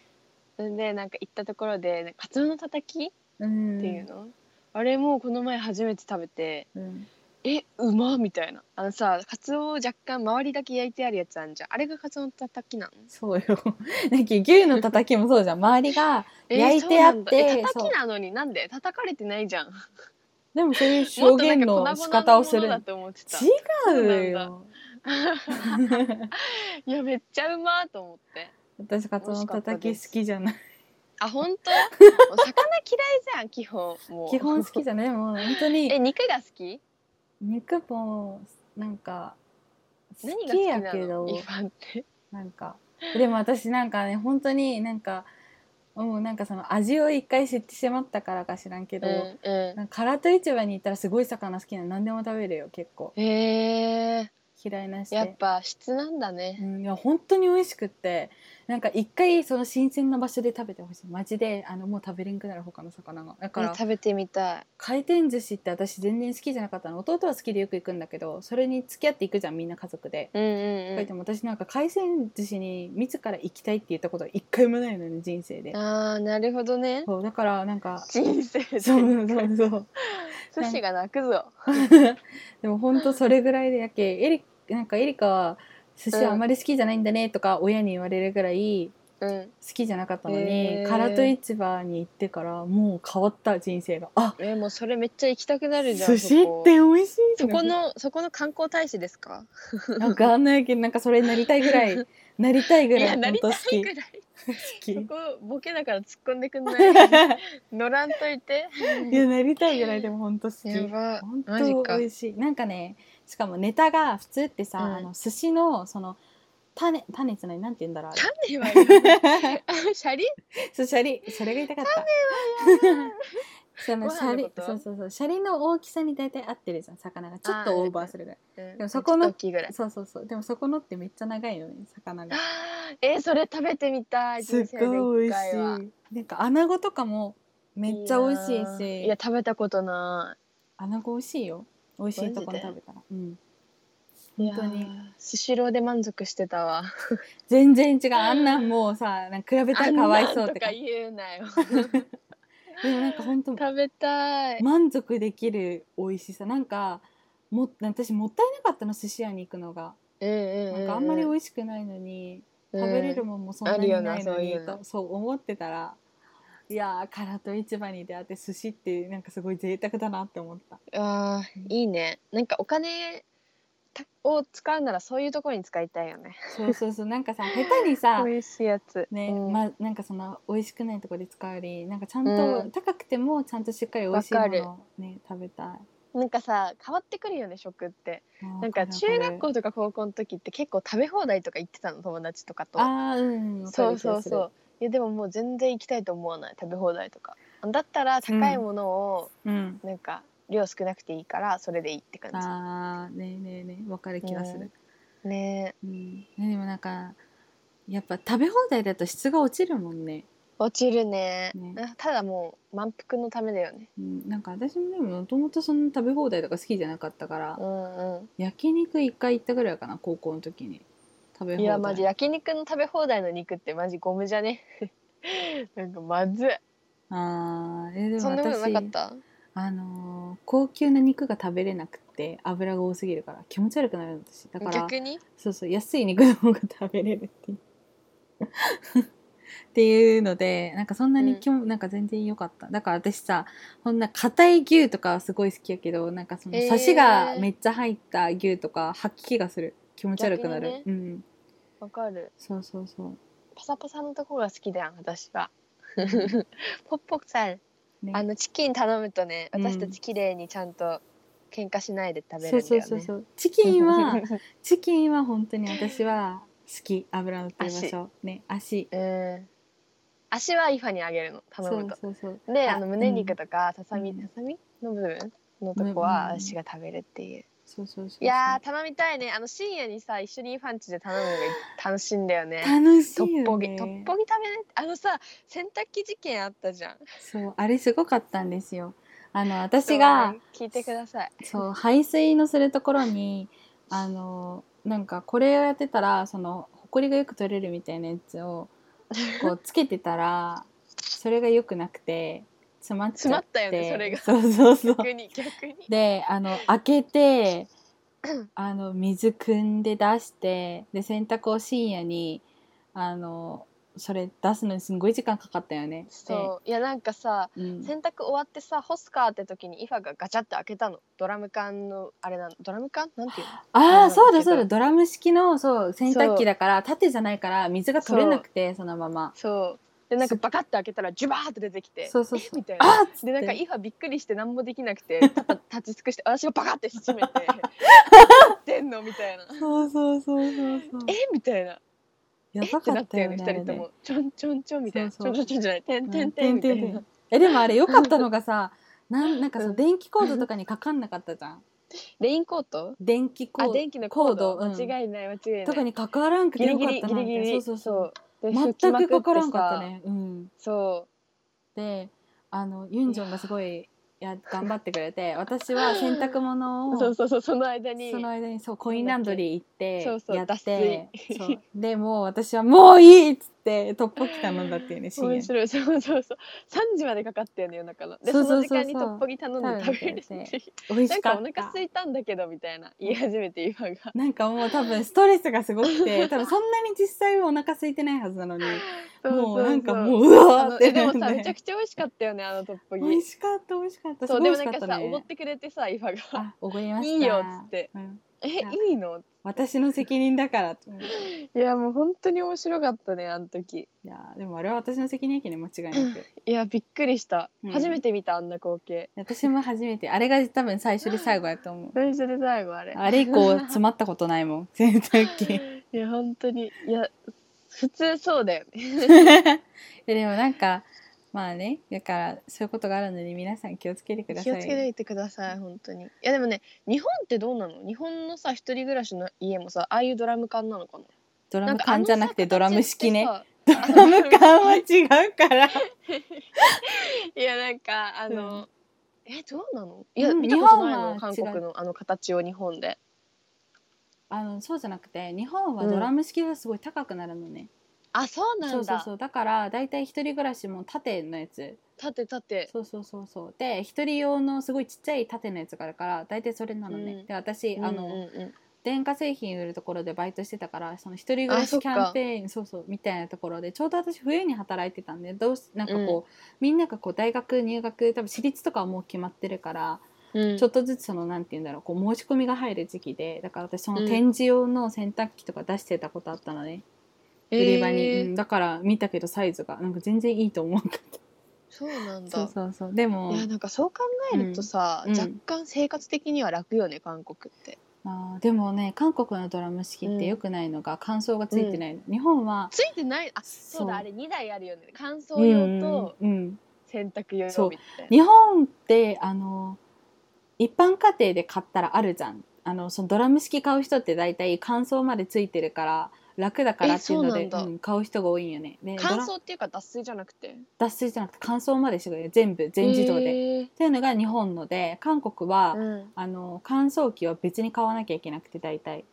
B: それでなんか行ったところでなんかカツオのたたきっ
A: うん
B: ていうの、あれもうこの前初めて食べて
A: うん
B: えうまっみたいなあのさカツオを若干周りだけ焼いてあるやつあんじゃんあれがカツオのたたきなの
A: そうよ なんか牛のたたきもそうじゃん周りが
B: えー
A: 焼いてあって
B: そうなんだえた
A: そう
B: たきなのになんで叩かれてないじゃん
A: でもそういう 表現
B: も
A: の
B: っと
A: 仕
B: なんか粉々な
A: 方をす
B: も
A: る
B: のだと思ってた
A: 違
B: そう
A: う
B: な
A: よ
B: いやめっちゃうまーと思って
A: 私カツオのたたき好きじゃない
B: あ 本当もう魚嫌いじゃん基本もう
A: 基本好きじゃないもう本当
B: え
A: に
B: 肉が好き
A: 肉もなんか好
B: 何が好
A: き
B: きな
A: や
B: の
A: けど
B: 今って
A: なんかでも私なんかね本当になんかもうなんかその味を一回知ってしまったからか知らんけど、
B: うんう
A: なんか唐戸市場に行ったらすごい魚好きなの何でも食べるよ結構
B: んへえ
A: 嫌いなして
B: やっぱ質なんだね
A: うん、いや本当に美味しくってなんか一回その新鮮な場所で食べてほしいマジであのもう食べれんくなる他の魚がだか
B: ね
A: ら
B: 食べてみたい
A: 回転寿司って私全然好きじゃなかったの弟は好きでよく行くんだけどそれに付き合って行くじゃんみんな家族で。
B: うんうん
A: 書いても私なんか回転寿司に自ら行きたいって言ったことは一回もないのね人生で
B: うんああなるほどね
A: そうだからなんか
B: 人生で
A: そうそうそう
B: 寿司が泣くぞ。
A: でも本当それぐらいでやけエリなんかエリカは寿司はあまり好きじゃないんだねとか親に言われるぐらい
B: うん。
A: 好きじゃなかったの
B: へ
A: に
B: ー
A: 唐戸市場に行ってからもう変わった人生があ
B: えもうそれめっちゃ行きたくなるじゃん。
A: 寿司っ
B: そこ
A: て美味しい
B: そこのそこの観光大使ですか？
A: なんかあんなやけどなんかそれになりたいぐら いなりたいぐ
B: い
A: らい
B: やなりた
A: 本
B: い
A: 当好き
B: ぐら い。
A: 好
B: そ
A: き
B: こボケだから突っ込んでくん ない。乗らんといて。
A: いやなりたいぐらいでも本当好き
B: やば。
A: 本
B: マジ
A: 当
B: か
A: 美。味しいなんかねしかもネタが普通ってさ、
B: うん
A: あの寿司のその種種じゃないなんて言うんだろうあれ
B: 種はやばいシャリ？
A: そうシャリそれが痛かったそのシ
B: ご飯
A: ャ
B: の
A: リ
B: こと
A: そうそうそうシャリの大きさに大体合ってるじゃん魚がちょっとオーバーするぐらい
B: で
A: もそこの
B: 大きいぐらい。
A: そうそうそうでもそこのってめっちゃ長いのね魚が
B: あー えー、それ食べてみたい。
A: すっ
B: 人生で
A: ごい美味
B: 一
A: し
B: 回はい
A: なんか穴子とかもめっちゃ美味しい
B: な
A: し
B: いや食べたことな
A: 穴子美味しいよ美味しいとこ
B: マ
A: ろ
B: ジで
A: 食べたらうん
B: い。
A: 本当に
B: いやー。スシローで満足してたわ。
A: 全然違うあんなんもうさなんか比べたらかわいそう
B: あんな
A: っ
B: ん
A: て
B: とか
A: 感じ
B: 言うなよ。
A: でもなんか本当
B: 食べたい。
A: 満足できる美味しさなんかも私もったいなかったの寿司屋に行くのが
B: うんうんう
A: なん
B: うん
A: かあんまり美味しくないのに、
B: うん
A: 食べれるもんもそんなにないの
B: ある
A: に
B: よなそういうの
A: とそう思ってたらいやー唐戸市場に出会って寿司ってなんかすごい贅沢だなって思った
B: あーいいねなんかお金たを使うならそういうところに使いたいよね
A: そうそうそうなんかさ下手に さ
B: 美味しいやつ
A: ね、
B: うん
A: まあなんかその美味しくないとこで使うよりなんかちゃん
B: う
A: と
B: ん
A: 高くてもちゃんとしっかり美味しいも
B: わかる
A: のをね食べたい
B: なんかさ変わってくるよね食ってなんか中学校とか高校の時って結構食べ放題とか行ってたの友達とかと
A: あーうんわか
B: そう
A: る気
B: そう
A: がする
B: そういやでももう全然行きたいと思わない食べ放題とかだったら高いものを
A: うん
B: なんか量少なくていいからそれでいいって感じ、
A: あーねえねえねえわかる気がする、
B: ねえ
A: うんね、でもなんかやっぱ食べ放題だと質が落ちるもんね、
B: 落ちるね
A: ね
B: あただもう満腹のためだよね
A: うん、なんか私もでももともとそんな食べ放題とか好きじゃなかったから、
B: うんうん
A: 焼肉一回行ったぐらいかな高校の時に食べ放題
B: いやマジ焼肉の食べ放題の肉ってマジゴムじゃね なんかまずい
A: あーえでも
B: そんなこと
A: 私
B: なかった
A: あのー高級な肉が食べれなくて油が多すぎるから気持ち悪くなるの私だから
B: 逆に
A: そうそう安い肉の方が食べれるっていう っていうのでなんかそんなに今日、なんか全然良かっただから私さこんな硬い牛とかはすごい好きやけどなんかその
B: えー
A: サシがめっちゃ入った牛とか吐き気がする気持ち悪くなる、
B: 逆
A: うん
B: わかる
A: そうそうそう
B: パサパサのとこが好きだよ私は ポッポクさん
A: ね
B: あのチキン頼むとね
A: うん
B: 私たち綺麗にちゃんと喧嘩しないで食べ
A: そう
B: る
A: ん
B: だ
A: そうそ
B: よ
A: う
B: ね
A: そうチキン はチキンは本当に私は好き油乗ってる場所ね足
B: うん足はイファにあげるの頼むと
A: そうそうそう
B: で
A: あ
B: あの胸肉とかささみ
A: うん
B: ささみの部分のとこは
A: うん
B: 私が食べるっていう
A: そうそうそうそう
B: いやー頼みたいねあの深夜にさ一緒にファンチで頼むのが楽しいんだよね
A: 楽しい
B: ト
A: よね
B: ッポギトッポギ食べれあのさ洗濯機事件あったじゃん
A: そうあれすごかったんですよあの私が
B: そう聞いてください
A: そう排水のするところにあのなんかこれをやってたらそのほこりがよく取れるみたいなやつをこ うつけてたらそれがよくなくて詰まっち
B: 詰
A: ゃ
B: ま
A: っ
B: ったよね
A: て
B: それが
A: そうそうそう
B: 逆に逆に
A: であの開け てあの水汲んで出してで洗濯を深夜にあのそれ出すのにすんごい時間かかったよね。
B: そういやなんかさ
A: でうん
B: 洗濯終わってさ干すかって時にイファがガチャって開けたのドラム缶のあれなのドラム缶な んていうの
A: あ
B: あ
A: あ
B: の
A: そうだそうだ
B: けど
A: ドラム式のそう洗濯機だから縦じゃないから水が取れなくてそのまま
B: そうでなんかバカって開けたらジュバーって出てきて
A: そうそうそう
B: えみたいな
A: あーっつって
B: でなんかイファびっくりして何もできなく てただ立ち尽くして私がバカって閉めて何やってんのみたいな
A: そうそうそうそうそう
B: えみたいな
A: や
B: え
A: ば
B: って
A: か
B: なっ
A: ったた
B: よ
A: よ
B: ね
A: ね
B: 二人
A: あれ
B: と
A: ね
B: もちょんちょんちょんみたいなち
A: そうそう
B: ょ
A: ん
B: ちょんちょんじゃないてんて
A: うんん
B: てんみた
A: てんて
B: い
A: んて
B: なん
A: えでもあれ良かったのがさなんなんか
B: う
A: さ
B: ん
A: 電気コードとかにかかんなかったじゃん
B: レインコート
A: 電気コー
B: あ
A: ド
B: 電気のコード
A: コードうん
B: 間違いない間違いない
A: とかにかからんくて
B: ギリ
A: よ
B: ギ
A: かった
B: リギ
A: な
B: リ
A: みたい
B: ギ
A: な
B: リ
A: そうそう
B: そうで
A: そう
B: 吹きま
A: 全く
B: く
A: かか
B: って
A: らんかった
B: さ
A: ねうん
B: そう
A: であのユンジョンがすごいや頑張ってくれて私は洗濯物を
B: そうそうそうその間に
A: その間にそうコインランドリー行って
B: そうそう
A: やって
B: 脱
A: そうでもう私は「もういい!」っつっってトッポギ頼んだっていうね深夜
B: 面
A: に
B: 白いそうそうそう3時までかかったよね夜中ので
A: そ
B: そう
A: そうそう
B: の時
A: そう
B: 間にトッポギ頼んで食べるっていう
A: 美味
B: な
A: し
B: ん
A: か
B: かお
A: っ
B: 腹
A: た
B: 空いたんだけどみたいな言い始めて今が
A: なんか もう多分ストレスがすごく て多分そんなに実際はお腹空いてないはずなのにもうなんかも
B: う
A: ううわ
B: あ
A: ー
B: の
A: って
B: え
A: な
B: で
A: る
B: も
A: ん
B: さめちゃ
A: で
B: くちゃ美味しかったよねあのトッポギ
A: 美味しかった美味しかったす
B: そう
A: ごい
B: で
A: 美
B: も
A: 味
B: な
A: し
B: ん
A: か
B: か
A: った
B: さおご
A: ね
B: ってくれてさ今が
A: あおごりました
B: いいよっつって
A: うん
B: 「えいいの?
A: 私の責任だからって」
B: いやもう本当に面白かったねあの時
A: いやーでもあれは私の責任やけね間違いなく
B: いやびっくりした、
A: うん
B: 初めて見たあんな光景
A: 私も初めてあれが多分最初で最後やと思う
B: 最初で最後あれ
A: あれ以 降詰まったことないもん洗濯機
B: いや本当にいや普通そうだよね
A: ででもなんかまあねだからそういうことがあるので皆さん気をつけてくださ
B: 気
A: い
B: をつけていてください本当にいやでもね日本ってどうなの日本のさ一人暮らしの家もさああいうドラム缶なのかな
A: ドラ
B: なん
A: ム
B: かあ
A: 缶
B: の
A: じ
B: さ
A: ゃなくてドラム式ね
B: 形
A: ド
B: ってさ
A: ラム缶は違うから
B: いやなんかあの、えどうなのいや、
A: うん
B: 見たことない
A: 日本
B: の
A: は
B: 韓
A: 違う
B: 国のあの形を日本で
A: あのそうじゃなくて日本はドラム式がすごい高くなるのね、
B: あそうなんだ
A: そうそうそうだから大体一人暮らしも縦のやつ
B: 縦縦
A: そうそうそうそうで一人用のすごいちっちゃい縦のやつがあるから大体それなのね、
B: うん
A: で私、あ
B: うんう
A: の
B: んうん
A: 電化製品売るところでバイトしてたからその一人暮ら
B: あ
A: し
B: そっ
A: キ
B: か
A: ャンペーンそうそうみたいなところでちょうど私冬に働いてたんでどうしなんかこう、みんながこう大学入学多分私立とかはもう決まってるから、
B: うん、
A: ちょっとずつそのなんて言うんだろうこう申し込みが入る時期でだから私その展示用の洗濯機とか出してたことあったのね、
B: と
A: 売り場に、うんだから見たけどサイズがなんか全然いいと 思わなかっ
B: そうなん
A: た
B: だ
A: そうそうそうでも
B: いやなんかそう考えるとさ、
A: うんうん
B: 若干生活的には楽よね韓国って
A: あーでもね韓国のドラム式って良くないのが乾燥がついてないの、日本は
B: ついてないあそう
A: そう
B: だあれ2台あるよね乾燥用と
A: うんうん、
B: 洗濯用
A: そう
B: みたいな
A: 日本ってあの一般家庭で買ったらあるじゃんあのそのドラム式買う人って大体乾燥までついてるから楽だからっていうの
B: え
A: で
B: そうなんだ
A: ん買う人が多いんよねでド
B: 乾
A: ラ
B: 燥っていうか脱水じゃなくて
A: 脱水じゃなくて乾燥までしてくれる全部全自動で、っ
B: へー
A: ていうのが日本ので韓国は、
B: うん、
A: あの乾燥機は別に買わなきゃいけなくて大体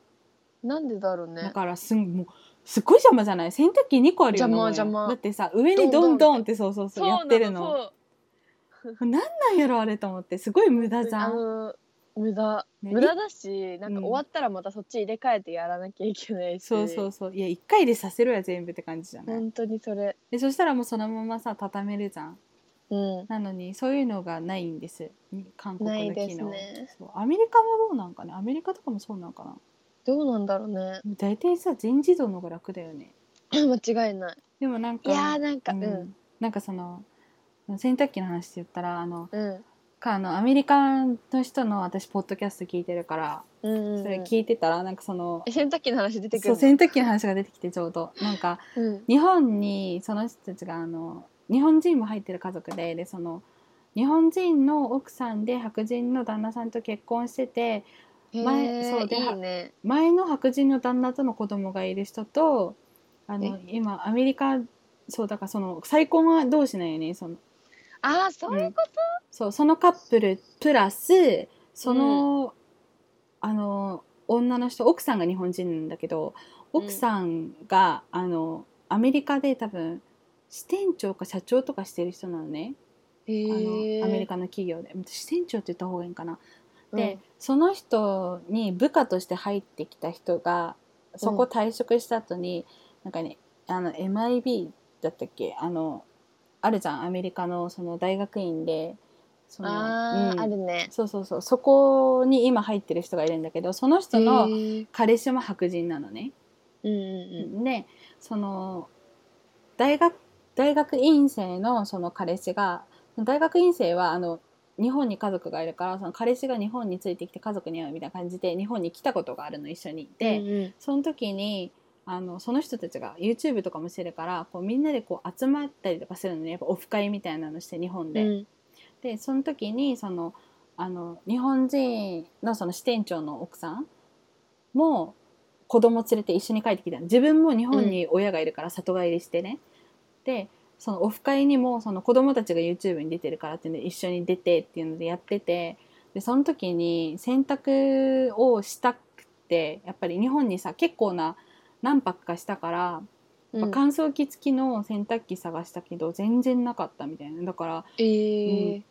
B: なんでだろう
A: だ
B: ね
A: からすんもうすっごい邪魔じゃない洗濯機2個あるようなもんよ
B: 邪魔邪魔
A: だってさ上にどんどんってそうそうそう
B: そう
A: やってる
B: な
A: の
B: そう
A: なんなんやろあれと思ってすごい無駄じゃ
B: あ
A: ん
B: の無駄、
A: ね
B: 無駄だしなん
A: う
B: か
A: ん
B: 終わったらまたそっち入れ替えてやらなきゃいけないし、
A: そうそうそういや一回でさせろや全部って感じじゃない、
B: 本当にそれ
A: でそしたらもうそのままさ畳めるじゃん
B: うん
A: なのにそういうのがないんですに韓
B: な
A: 国
B: い
A: の
B: で
A: 機
B: す
A: 能、
B: ね
A: そうアメリカもどうなんかねアメリカとかもそうなんかな
B: どうなんだろうね
A: 大体さ全自動の方が楽だよね
B: 間違いない
A: でもなん
B: い
A: か
B: やーなんかう
A: うん
B: ん
A: なんかその洗濯機の話で言ったらあの
B: うん
A: かあのアメリカの人の私ポッドキャスト聞いてるから、
B: うんうん
A: それ聞いてたらなんかその
B: え、洗濯機の話出てく
A: そう
B: るの
A: 洗濯機の話が出てきてちょうどなんか
B: うん
A: 日本にその人たちがあの日本人も入ってる家族ででその日本人の奥さんで白人の旦那さんと結婚してて前
B: へー
A: そうで
B: いいね
A: 前の白人の旦那との子供がいる人とあの今アメリカそうだからその再婚は同士なんよねその
B: ああそういうこ
A: そうそのカップルプラスその、あの女の人奥さんが日本人なんだけど
B: うん
A: 奥さんが、あのアメリカで多分支店長か社長とかしてる人なのね、
B: とへ
A: あのアメリ
B: カ
A: カの企業で支店長って言った方がいいんかな、でその人に部下として入ってきた人がそこ退職した後に、なんかねあの MIB だったっけあのあるじゃんアメリカのその大学院でその
B: あ
A: うん
B: ーあるね
A: そうそうそうそこに今入ってる人がいるんだけどその人
B: へ
A: の
B: ー
A: 彼氏も白人なのね。
B: うんうん
A: でその大学大学院生のその彼氏が大学院生はあの日本に家族がいるからその彼氏が日本についてきて家族に会うみたいな感じで日本に来たことがあるの一緒に。で、
B: うんうん
A: その時にあのその人たちが YouTube とかもしてるからこうみんなでこう集まったりとかするのねやっぱオフ会みたいなのして日本で。
B: うん
A: でその時にそのあの日本人のその支店長の奥さんも子供連れて一緒に帰ってきたの自分も日本に親がいるから里帰りしてね、でそのオフ会にもその子供たちが YouTube に出てるからっていうので一緒に出てっていうのでやっててでその時に洗濯をしたくてやっぱり日本にさ結構な何泊かしたから
B: うん
A: 乾燥機付きの洗濯機探したけど全然なかったみたいなだから
B: えー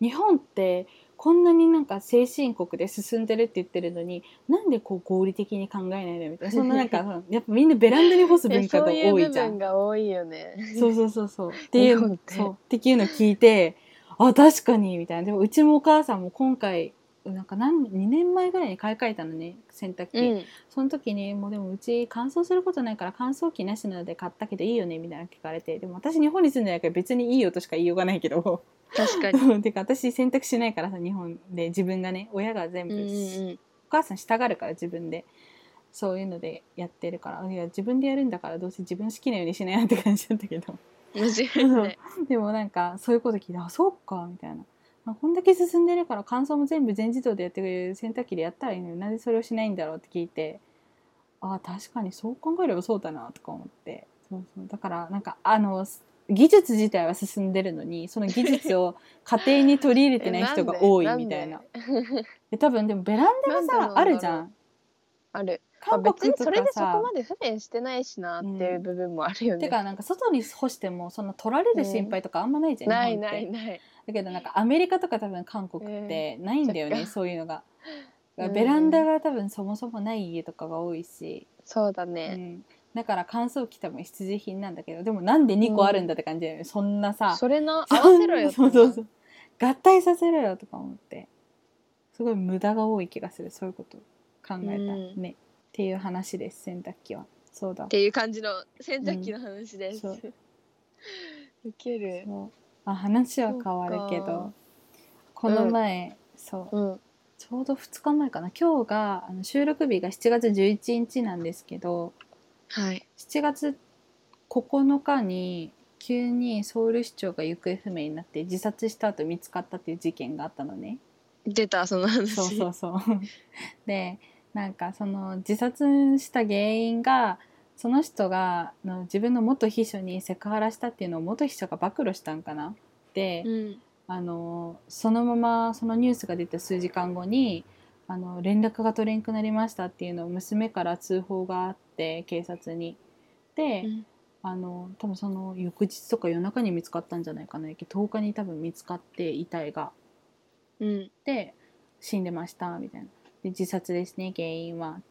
A: 日本ってこんなになんか先進国で進んでるって言ってるのになんでこう合理的に考えないのみたいなそんななん かうんやっぱみんなベランダに干す
B: え
A: 文化
B: そ
A: が
B: う いう
A: 多い
B: 部
A: じゃん
B: 分。が多いよね。
A: そうそうそうそう。っていう
B: 日
A: の
B: 本っ
A: ってそうっていうの聞いて、あ確かにみたいな。でもうちもお母さんも今回なんか何2年前ぐらいに買い替えたのね洗濯機、
B: うん、
A: その時にもうでもうち乾燥することないから乾燥機なしなので買ったけどいいよねみたいなの聞かれてでも私日本に住んでないから別にいいよとしか言いようがないけど
B: 確か に。
A: てか私洗濯しないからさ日本で自分がね親が全
B: うん
A: 部、
B: うんうん
A: お母さんしたがるから自分でそういうのでやってるからいや自分でやるんだからどうせ自分好きなようにしないなって感じだったけど
B: 面白いね。
A: でもなんかそういうこと聞いてあそうかみたいな、まあ、こんだけ進んでるから乾燥も全部全自動でやってくれる洗濯機でやったらいいのになんでそれをしないんだろうって聞いてああ確かにそう考えればそうだなとか思ってそうそうだからなんかあの技術自体は進んでるのにその技術 を家庭に取り入れてない人が多いみたいなで多分でもベランダが
B: なんでなん
A: さ
B: だろう
A: あるじゃん
B: ある。まあ
A: 韓
B: 別
A: 国
B: に
A: と
B: それ
A: か
B: でそ
A: さ
B: こまで不便してないしなっていう部分もあるよね。
A: てかなんか外に干してもその取られる心配とかあんまないじゃん、
B: な
A: 日
B: い
A: 本って
B: ないない。
A: だけどなんかアメリカとか多分韓国ってないんだよね、
B: そっか
A: そういうのが。
B: うんうん
A: ベランダが多分そもそもない家とかが多いし、
B: そうだ
A: う
B: ね。
A: んだから乾燥機多分必需品なんだけどでもなんで2個あるんだって感じだよね、そんなさ
B: それの合わせろよ。
A: そうそうそう合体させろよとか思ってすごい無駄が多い気がするそういうこと考えた、
B: うん
A: ねっていう話です洗濯機はそうだ
B: っていう感じの洗濯機の話です。
A: うん
B: ウ
A: そ
B: ケる。
A: そうあ話は変わるけ
B: そ
A: ど
B: っか
A: この前、そう
B: うん。
A: ちょうど2日前かな今日があの収録日が7月11日なんですけど
B: はい。
A: 7月9日に急にソウル市長が行方不明になって自殺した後見つかったっていう事件があったのね。
B: 出たその話。
A: そうそうそう でなんかその自殺した原因がその人があの自分の元秘書にセクハラしたっていうのを元秘書が暴露したんかなで、
B: うん。
A: あのそのままそのニュースが出た数時間後にあの連絡が取れなくなりましたっていうのを娘から通報があって警察に。で、
B: うん
A: あの多分その翌日とか夜中に見つかったんじゃないかな10日に多分見つかって遺体が。
B: うん。
A: で死んでましたみたいなで自殺ですね原因はって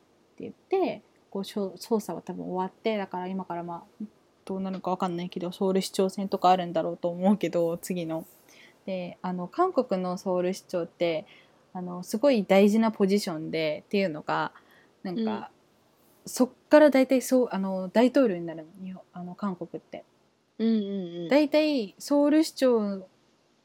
A: 言ってこうしょ捜査は多分終わってだから今からまあどうなるか分かんないけどソウル市長選とかあるんだろうと思うけど次の。であの韓国のソウル市長ってあのすごい大事なポジションでっていうのがなんか、
B: うん
A: そっから大体そうあの大統領になるの日本あの韓国って。
B: うんうんうん。
A: 大体ソウル市長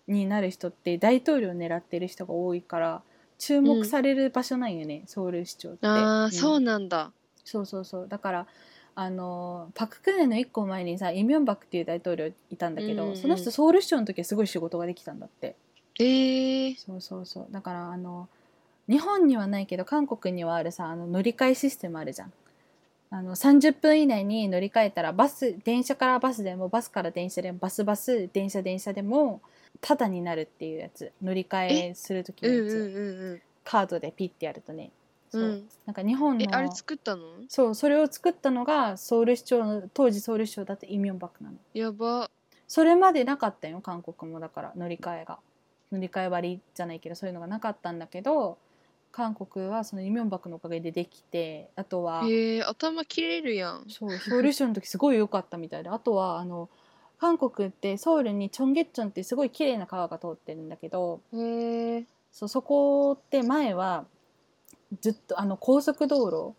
A: になる人って大統領を狙ってる人が多いから注目される場所なんよね、ソウル市長って。
B: ああ、
A: うん
B: そうなんだ。
A: そうそうそうだからあのパク・クネの1個前にさイ・ミョンバクっていう大統領いたんだけど、
B: うんうんうん
A: その人ソウル市長の時はすごい仕事ができたんだって。
B: ええ。
A: そうそうそうだからあの日本にはないけど韓国にはあるさあの乗り換えシステムあるじゃんあの30分以内に乗り換えたらバス電車からバスでもバスから電車でもバスバス電車電車でもタダになるっていうやつ乗り換えする時
B: う
A: の
B: ん
A: や
B: う
A: つ、
B: んうん
A: カードでピッてやるとね
B: う
A: そう、
B: ん。
A: なんか日本
B: うん。
A: の
B: え、あれ作ったの？
A: そうそれを作ったのがソウル市長の当時ソウル市長だったイ・ミョンバクなの
B: やば。
A: それまでなかったよ韓国もだから乗り換えが乗り換え割りじゃないけどそういうのがなかったんだけど韓国はそのイ・ミョンバクのおかげでできてあとは
B: ええ、頭切れるやん。
A: そうソウル市長の時すごい良かったみたいであとはあの韓国ってソウルにチョンゲッチョンってすごい綺麗な川が通ってるんだけど
B: へえ。
A: そうそこって前はずっとあの高速道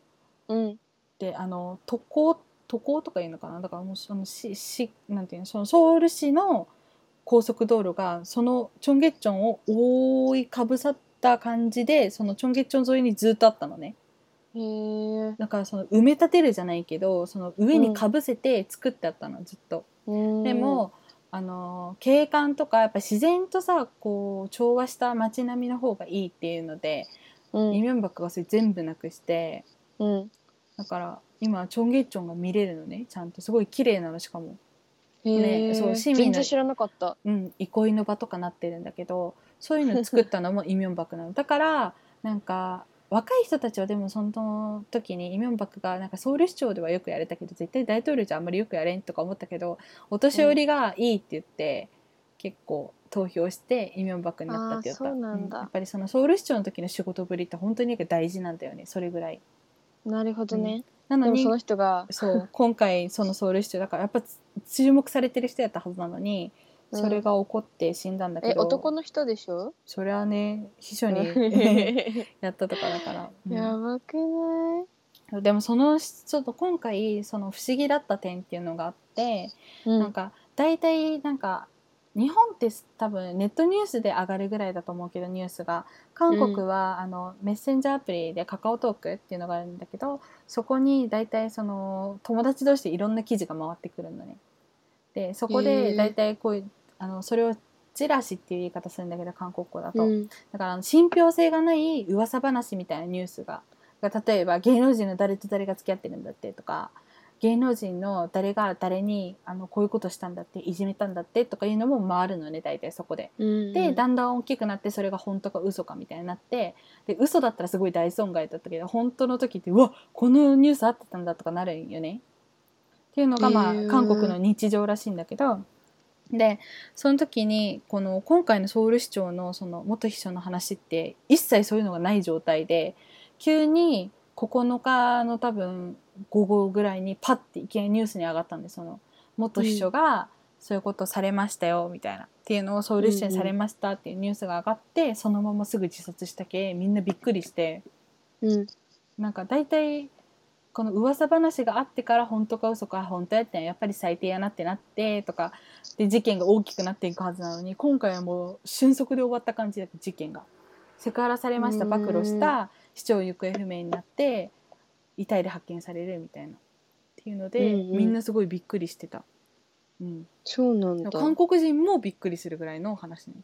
A: 路
B: うん。
A: であの渡航渡航とかいうのかなだからもうその市市なんていうのそのソウル市の高速道路がそのチョンゲッチョンを覆いかぶさった感じでそのチョンゲッチョン沿いにずっとあったのね
B: へえ。
A: だからその埋め立てるじゃないけどその上にかぶせて作ってあったの、ずっと。で
B: で
A: も、あの景観とかやっぱ自然とさこう調和した街並みの方がいいっていうので、
B: うん
A: イ・ミョンバクがそれ全部なくして
B: うん。
A: だから今チョンゲッチョンが見れるのねちゃんとすごい綺麗なのしかも、
B: へえ。
A: そう市民の
B: 全然知らなかった。
A: うん、憩い の場とかなってるんだけどそういうの作ったのもイ・ミョンバクなのだからなんか若い人たちはでもその時にイ・ミョンバクがなんかソウル市長ではよくやれたけど絶対大統領じゃあんまりよくやれんとか思ったけどお年寄りがいいって言って、結構投票してイ・ミョンバクになったって言った
B: あーそうなんだ
A: やっぱりそのソウル市長の時の仕事ぶりって本当に大事なんだよねそれぐらい。
B: なるほどね、
A: なの
B: でも
A: に
B: その人が
A: そう今回そのソウル市長だからやっぱつ注目されてる人やったはずなのに
B: うん
A: それが起こって死んだんだけ
B: え
A: ど、
B: 男の人でしょ
A: それはね秘書に
B: や
A: やったとかだから、 うん
B: ばくない、
A: でもそのちょっと今回その不思議だった点っていうのがあって、
B: うん
A: なんか大体なんか日本って多分ネットニュースで上がるぐらいだと思うけどニュースが韓国は、あのメッセンジャーアプリでカカオトークっていうのがあるんだけどそこに大体その友達同士でいろんな記事が回ってくるのね。でそこ
B: へ
A: で
B: ー
A: 大体こういうあのそれをジェラシーっていう言い方するんだけど韓国語だと。
B: うん
A: だからあの信憑性がない噂話みたいなニュースがが例えば芸能人の誰と誰が付き合ってるんだってとか芸能人の誰が誰にあのこういうことしたんだっていじめたんだってとかいうのも回るのね大体そこで。
B: うん
A: で
B: うん
A: だんだん大きくなってそれが本当か嘘かみたいになってで嘘だったらすごい大損害だったけど本当の時ってうわこのニュースあってたんだとかなるんよね。っていうのがまあ
B: へー
A: 韓国の日常らしいんだけどでその時にこの今回のソウル市長のその元秘書の話って一切そういうのがない状態で急に9日の多分午後ぐらいにパッていきなりニュースに上がったんでその元秘書がそういうことされましたよみたいなっていうのをソウル市長にされましたっていうニュースが上がってそのまますぐ自殺したけみんなびっくりして
B: うん
A: なんか大体この噂話があってから本当か嘘か本当やったんややっぱり最低やなってなってとかで事件が大きくなっていくはずなのに今回はもう瞬足で終わった感じだった事件がセクハラされました
B: うん
A: 暴露した市長行方不明になって遺体で発見されるみたいなっていうので、
B: うんうん
A: みんなすごいびっくりしてた、うん、
B: そうなんだ
A: 韓国人もびっくりするぐらいのお話ね、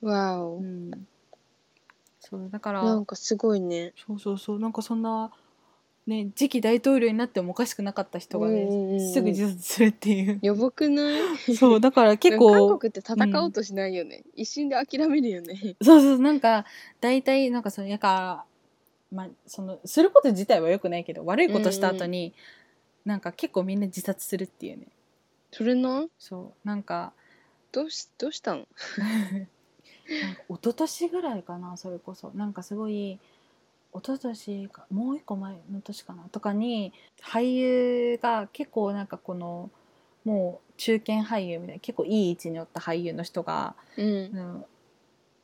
B: わお、
A: うん、そうだから
B: なんかすごいね
A: そうそうそうなんかそんな、ね、次期大統領になってもおかしくなかった人がね、
B: うんうんうんうん
A: すぐ自殺するって いう
B: やばくない
A: そうだから結
B: なんか
A: 構
B: 韓国って戦おうとしないよね、一瞬で諦めるよね
A: そうそうなんか大体なんかそのやか、まあ、そのすること自体はよくないけど悪いことした後に、なんか結構みんな自殺するっていうね
B: それな
A: そうなんか
B: どうしどうしたの
A: なんか一昨年ぐらいかなそれこそなんかすごい一昨年かもう一個前の年かなとかに俳優が結構なんかこのもう中堅俳優みたいな結構いい位置におった俳優の人が、
B: うん
A: うん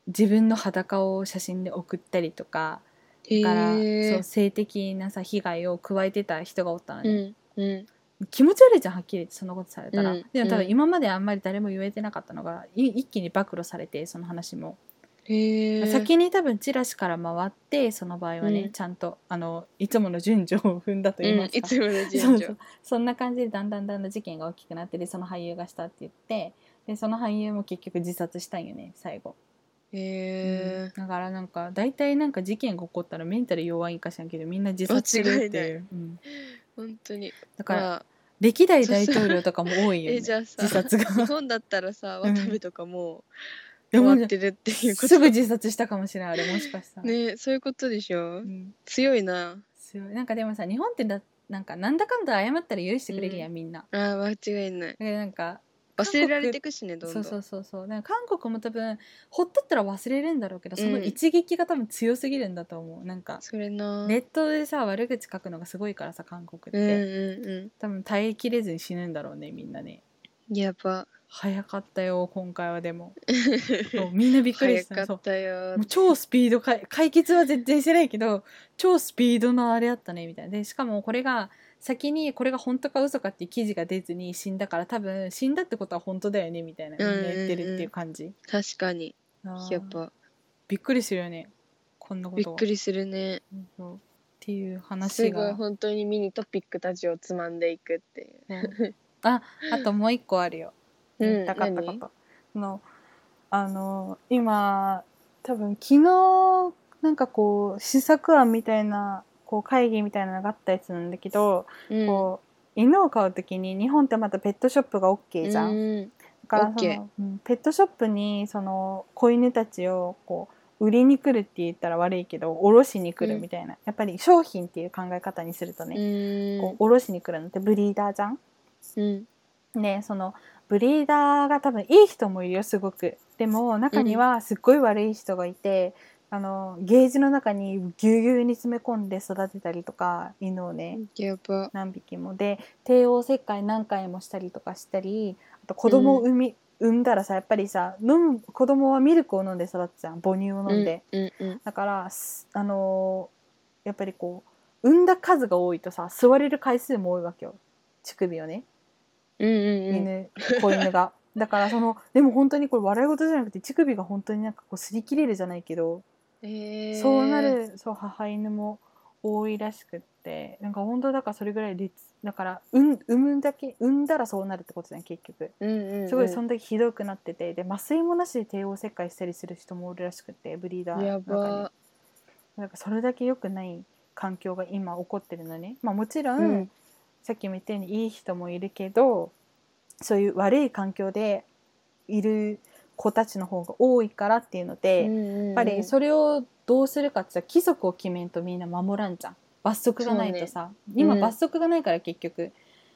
A: 自分の裸を写真で送ったりとか
B: へ
A: から、
B: え
A: そう性的なさ被害を加えてた人がおったのね、
B: うんうん
A: 気持ち悪いじゃんはっきり言ってそんなことされたら、
B: うん
A: でも多
B: う
A: 分
B: ん
A: 今まであんまり誰も言えてなかったのがい一気に暴露されてその話も。
B: へえ
A: 先に多分チラシから回ってその場合はね、
B: うん
A: ちゃんとあのいつもの順序を踏んだと言い
B: うん
A: ま、す
B: い
A: か、
B: つもの
A: そ
B: 順
A: う
B: 序
A: そうそんな感じでだんだんだんだん事件が大きくなってでその俳優がしたって言ってでその俳優も結局自殺したんよね最後、
B: へえ、
A: だからなんか大体なんか事件が起こったらメンタル弱いんかしらんけどみんな自殺するって
B: 間違
A: い、
B: いう
A: うん
B: 本当に
A: だから、
B: まあ
A: 歴代大統領とかも多いよ
B: え
A: ね
B: じゃあさ
A: 自殺が
B: 日本だったらさ
A: うん
B: 渡部とかも
A: で
B: 終
A: も
B: わ
A: ね
B: ってるっていうこと
A: すぐ自殺したかもしれないあれもしかしたら、
B: ねそういうことでしょ
A: うん
B: 強いな
A: 強いなんかでもさ日本ってだなんかなんだかんだ謝ったら許してくれるやん、みんなだ
B: あー間違いない
A: けどなんか
B: 忘れられてくしねどんど
A: そ
B: ん
A: うそうそうそうなんか韓国も多分ほっとったら忘れるんだろうけどその
B: うん
A: 一撃が多分強すぎるんだと思うなんか
B: それな
A: ネットでさ悪口書くのがすごいからさ韓国って、
B: うんうん
A: 多分耐えきれずに死ぬんだろうねみんなね
B: うんやば
A: 早かったよ今回はで もそうみんなびっくりした
B: 早か
A: そ
B: ったよ
A: うもう超スピードかい解決は全然してないけど超スピードのあれあったねみたいなでしかもこれが先にこれが本当か嘘かっていう記事が出ずに死んだから多分死んだってことは本当だよねみたいなみんな言ってるっていう感じ、
B: 確かに
A: あー
B: やっぱ
A: びっくりするよねこんなこ
B: びっ
A: と
B: くりするね
A: うんそうっていう
B: す
A: 話
B: ごい
A: が
B: 本当にミニトピックたちをつまんでいくっていう
A: そう ああともう一個あるよ
B: うん
A: 言いたかったこと、のあの今多分昨日なんかこう試作案みたいなこう会議みたいなのがあったやつなんだけど、
B: うん
A: こう犬を飼う時に日本ってまたペットショップが OK じゃん、
B: うん
A: だからそ
B: OK
A: の、うんペットショップにその子犬たちをこう売りに来るって言ったら悪いけど卸しに来るみたいな、やっぱり商品っていう考え方にするとね、こう卸しに来るのってブリーダーじゃん
B: うん
A: ねそのブリーダーが多分いい人もいるよすごくでも中にはすっごい悪い人がいて、あのゲージの中にぎゅうぎゅうに詰め込んで育てたりとか犬をね、
B: やば
A: 何匹もで帝王切開何回もしたりとかしたりあと子供を産み、産んだらさやっぱりさ飲む子供はミルクを飲んで育つじゃん母乳を飲んで、
B: うんうん
A: だからすあのーやっぱりこう産んだ数が多いとさ座れる回数も多いわけよ乳首をね
B: うんうんうん
A: 犬、子犬が だからそのでも本当にこれ笑い事じゃなくて乳首が本当になんかこう擦り切れるじゃないけど
B: えー
A: そうなるそう母犬も多いらしくってなんか本当だからそれぐらい劣だから産産むだけ産んだらそうなるってことじゃん結局
B: うんうんうん
A: すごいその時ひどくなっててで麻酔もなしで帝王切開したりする人もおるらしくってブリーダー
B: や
A: の中に
B: ば
A: なんかそれだけ良くない環境が今起こってるのね、まあ、もちろん、
B: うん
A: さっきも言ったようにいい人もいるけどそういう悪い環境でいる子たちの方が多いからっていうので、
B: や
A: やっぱりそれをどうするかってさ規則を決めんとみんな守らんじゃん罰則がないとさ、今
B: うん
A: 罰則がないから結局、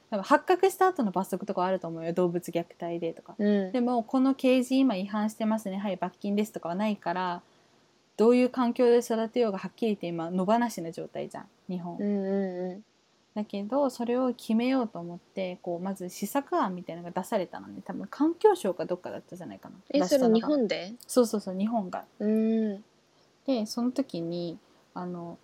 A: なんか発覚した後の罰則とかあると思うよ動物虐待でとか、
B: うん
A: でもこのケージ今違反してますねはい罰金ですとかはないからどういう環境で育てようがはっきり言って今野放しな状態じゃん日本、
B: うんうん
A: だけどそれを決めようと思ってこうまず試作案みたいなのが出されたので、多分環境省かどっかだったじゃないかな
B: え
A: 出
B: そ
A: した
B: れ
A: の
B: 日
A: が
B: 本で
A: そうそうそう日本が
B: うん
A: でその時にあの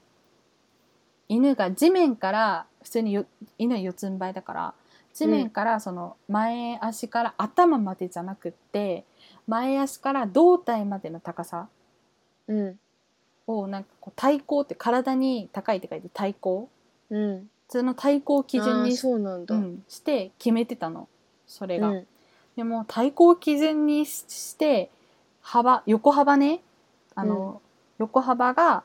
A: 犬が地面から普通によ犬は四つん這いだから地面からその前足から頭までじゃなくって前足から胴体までの高さ
B: うん
A: をなんかこう体高って体に高いって書いて体高
B: うん
A: 普通の体高を基準
B: あー
A: にし,、
B: そうなんだ
A: うん、して決めてたのそれが。
B: うん
A: でも対抗基準にしして幅横幅ねあの、横幅が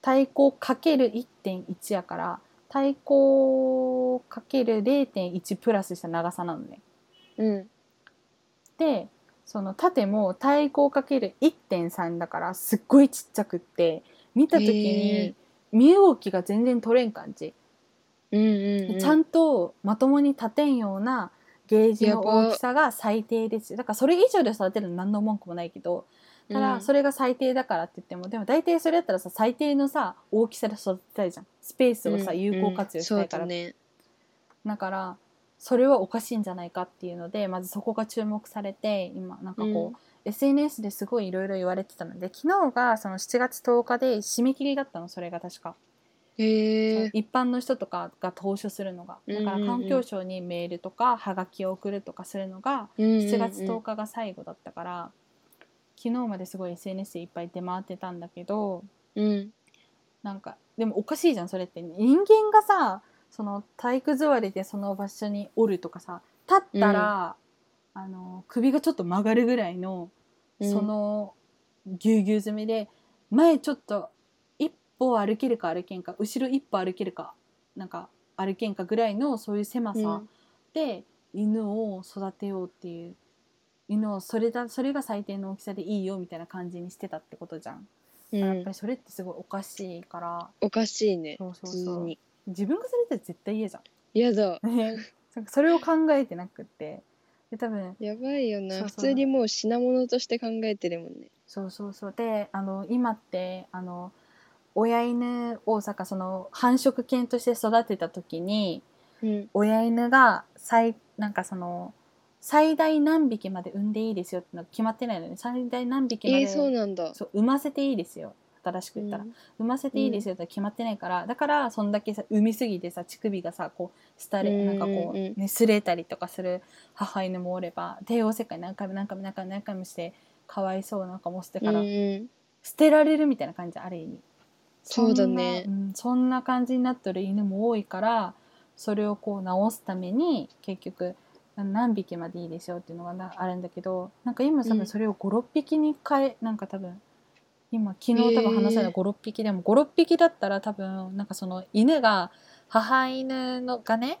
A: 対抗かける1.1やから対抗かける0.1プラスした長さなのね。
B: うん
A: でその縦も対抗かける1.3だからすっごいちっちゃくって見た時
B: へ
A: に
B: ー
A: 身動きが全然取れん感じ。
B: うんうんうん
A: ちゃんとまともに立てんようなゲージの大きさが最低ですだからそれ以上で育てるの何の文句もないけどた
B: う
A: だ
B: ん
A: それが最低だからって言っても、でも大体それやったらさ最低のさ大きさで育てたいじゃんスペースをさ、
B: うん
A: 有効活用したいから、
B: うんそうだね
A: だからそれはおかしいんじゃないかっていうのでまずそこが注目されて今なんかこう、
B: うん
A: SNS ですごいいろいろ言われてたので昨日がその7月10日で締め切りだったのそれが確か。
B: へえ
A: 一般の人とかが投書するのがだか
B: うんう
A: ら
B: んうん
A: 環境省にメールとかはがきを送るとかするのが7
B: 7
A: 月10
B: 日
A: 日が最後だったから、昨日まですごい SNS でいっぱい出回ってたんだけど
B: うん
A: なんかでもおかしいじゃんそれって人間がさその体育座りでその場所におるとかさ立ったら、あの首がちょっと曲がるぐらいの
B: うん
A: そのぎゅうぎゅう詰めで前ちょっと一歩歩けるか歩けんか後ろ一歩歩けるかなんか歩けんかぐらいのそういう狭さで犬を育てようっていう犬をそれだそれが最低の大きさでいいよみたいな感じにしてたってことじゃん。
B: うん
A: やっぱりそれってすごいおかしいから
B: おかしいね
A: そうそ
B: 普
A: う
B: 通
A: そう
B: に
A: 自分がそれって絶対嫌じゃん。
B: やだ
A: なんかそれを考えてなくってで多分
B: やばいよな
A: そう
B: 普
A: そう
B: 通にもう品物として考えてるもんね
A: そうそうそうであの今ってあの親犬をさかその繁殖犬として育てた時に
B: うん
A: 親犬が最なんかその最大何匹まで産んでいいですよってのが決まってないのに最大何匹ま
B: え
A: で、
B: ーそうなんだ
A: そう産ませていいですよ新しく
B: う
A: 言ったら、
B: ん
A: 産ませていいですよって決まってないから、だからそんだけさ産みすぎてさ乳首がさこう廃れ、
B: うん
A: なんかこう、
B: うん
A: ね、すれたりとかする母犬もおれば帝王切開何回も何回も何回も何回もしてかわいそうなんかもして
B: う
A: か
B: ん
A: ら、
B: うん
A: 捨てられるみたいな感じある意味
B: そうだ
A: んな
B: ね
A: うん、そんな感じになってる犬も多いからそれをこう直すために結局何匹までいいでしょうっていうのがなあるんだけどなんか今多
B: うん
A: 分それを56匹に変え、なんか多分今昨日多分話され
B: へ
A: た
B: ー
A: 56匹でも56匹だったら多分なんかその犬が母犬のがね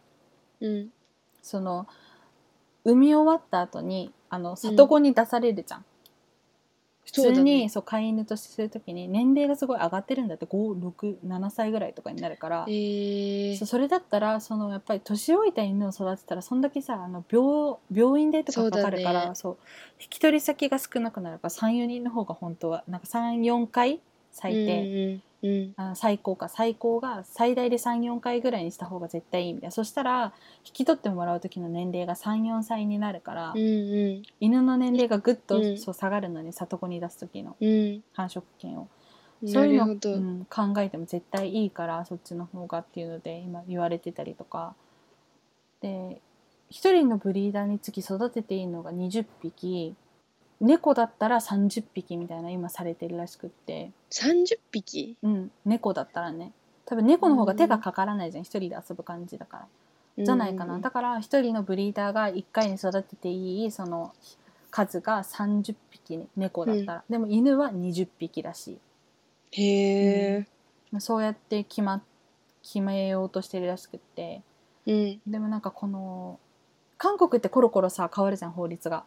B: うん
A: その産み終わった後にあの里子に出されるじゃん、普
B: そう
A: 通
B: だ
A: に
B: ね
A: そう飼い犬とするときに年齢がすごい上がってるんだって567歳ぐらいとかになるから、
B: えー
A: そうそれだったらそのやっぱり年老いた犬を育てたらそんだけさあの病病院でとかかかるか
B: そうだ
A: ら
B: ね
A: そう、引き取り先が少なくなるから34人の方が本当はなんか34回最低、
B: うんうん
A: あ最高か最高が最大で34回ぐらいにした方が絶対いいみたいなそしたら引き取ってもらう時の年齢が34歳になるから、
B: うんうん
A: 犬の年齢がぐっと、
B: うん
A: そう下がるのに里子に出す時の
B: うん
A: 繁殖権を
B: うん
A: そ
B: な
A: ういう
B: る
A: の、
B: ほど、
A: うん、考えても絶対いいからそっちの方がっていうので今言われてたりとかで1人のブリーダーにつき育てていいのが20匹猫だったら30匹みたいな今されてるらしくって、
B: 30匹、
A: うん、猫だったらね多分猫の方が手がかからないじゃん1人で遊ぶ感じだから。じゃないかな。だから一人のブリーダーが1回に育てていいその数が30匹に猫だったら、でも犬は20匹らしい
B: へえ、
A: まあそうやって決ま決めようとしてるらしくって
B: うん、
A: でもなんかこの韓国ってコロコロさ変わるじゃん法律が、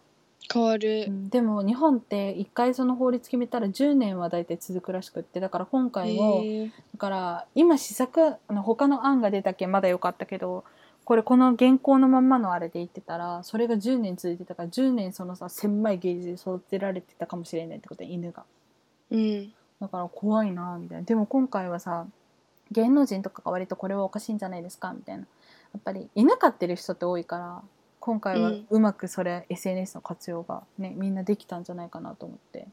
B: 変わ
A: う
B: る。
A: んでも日本って1回その法律決めたら10年は大体続くらしくってだから今
B: へ
A: 回も、
B: え
A: だから今試作あの他の案が出たけんまだ良かったけどこれこの現行のまんまのあれで言ってたらそれが10年続いてたから10年そのさ狭いゲージで育てられてたかもしれないってことや犬が
B: うん、
A: だから怖いなみたいなでも今回はさ芸能人とかが割とこれはおかしいんじゃないですかみたいなやっぱり犬飼ってる人って多いから今回は
B: うん
A: うまくそれ、SNS の活用がねみんなできたんじゃないかなと思って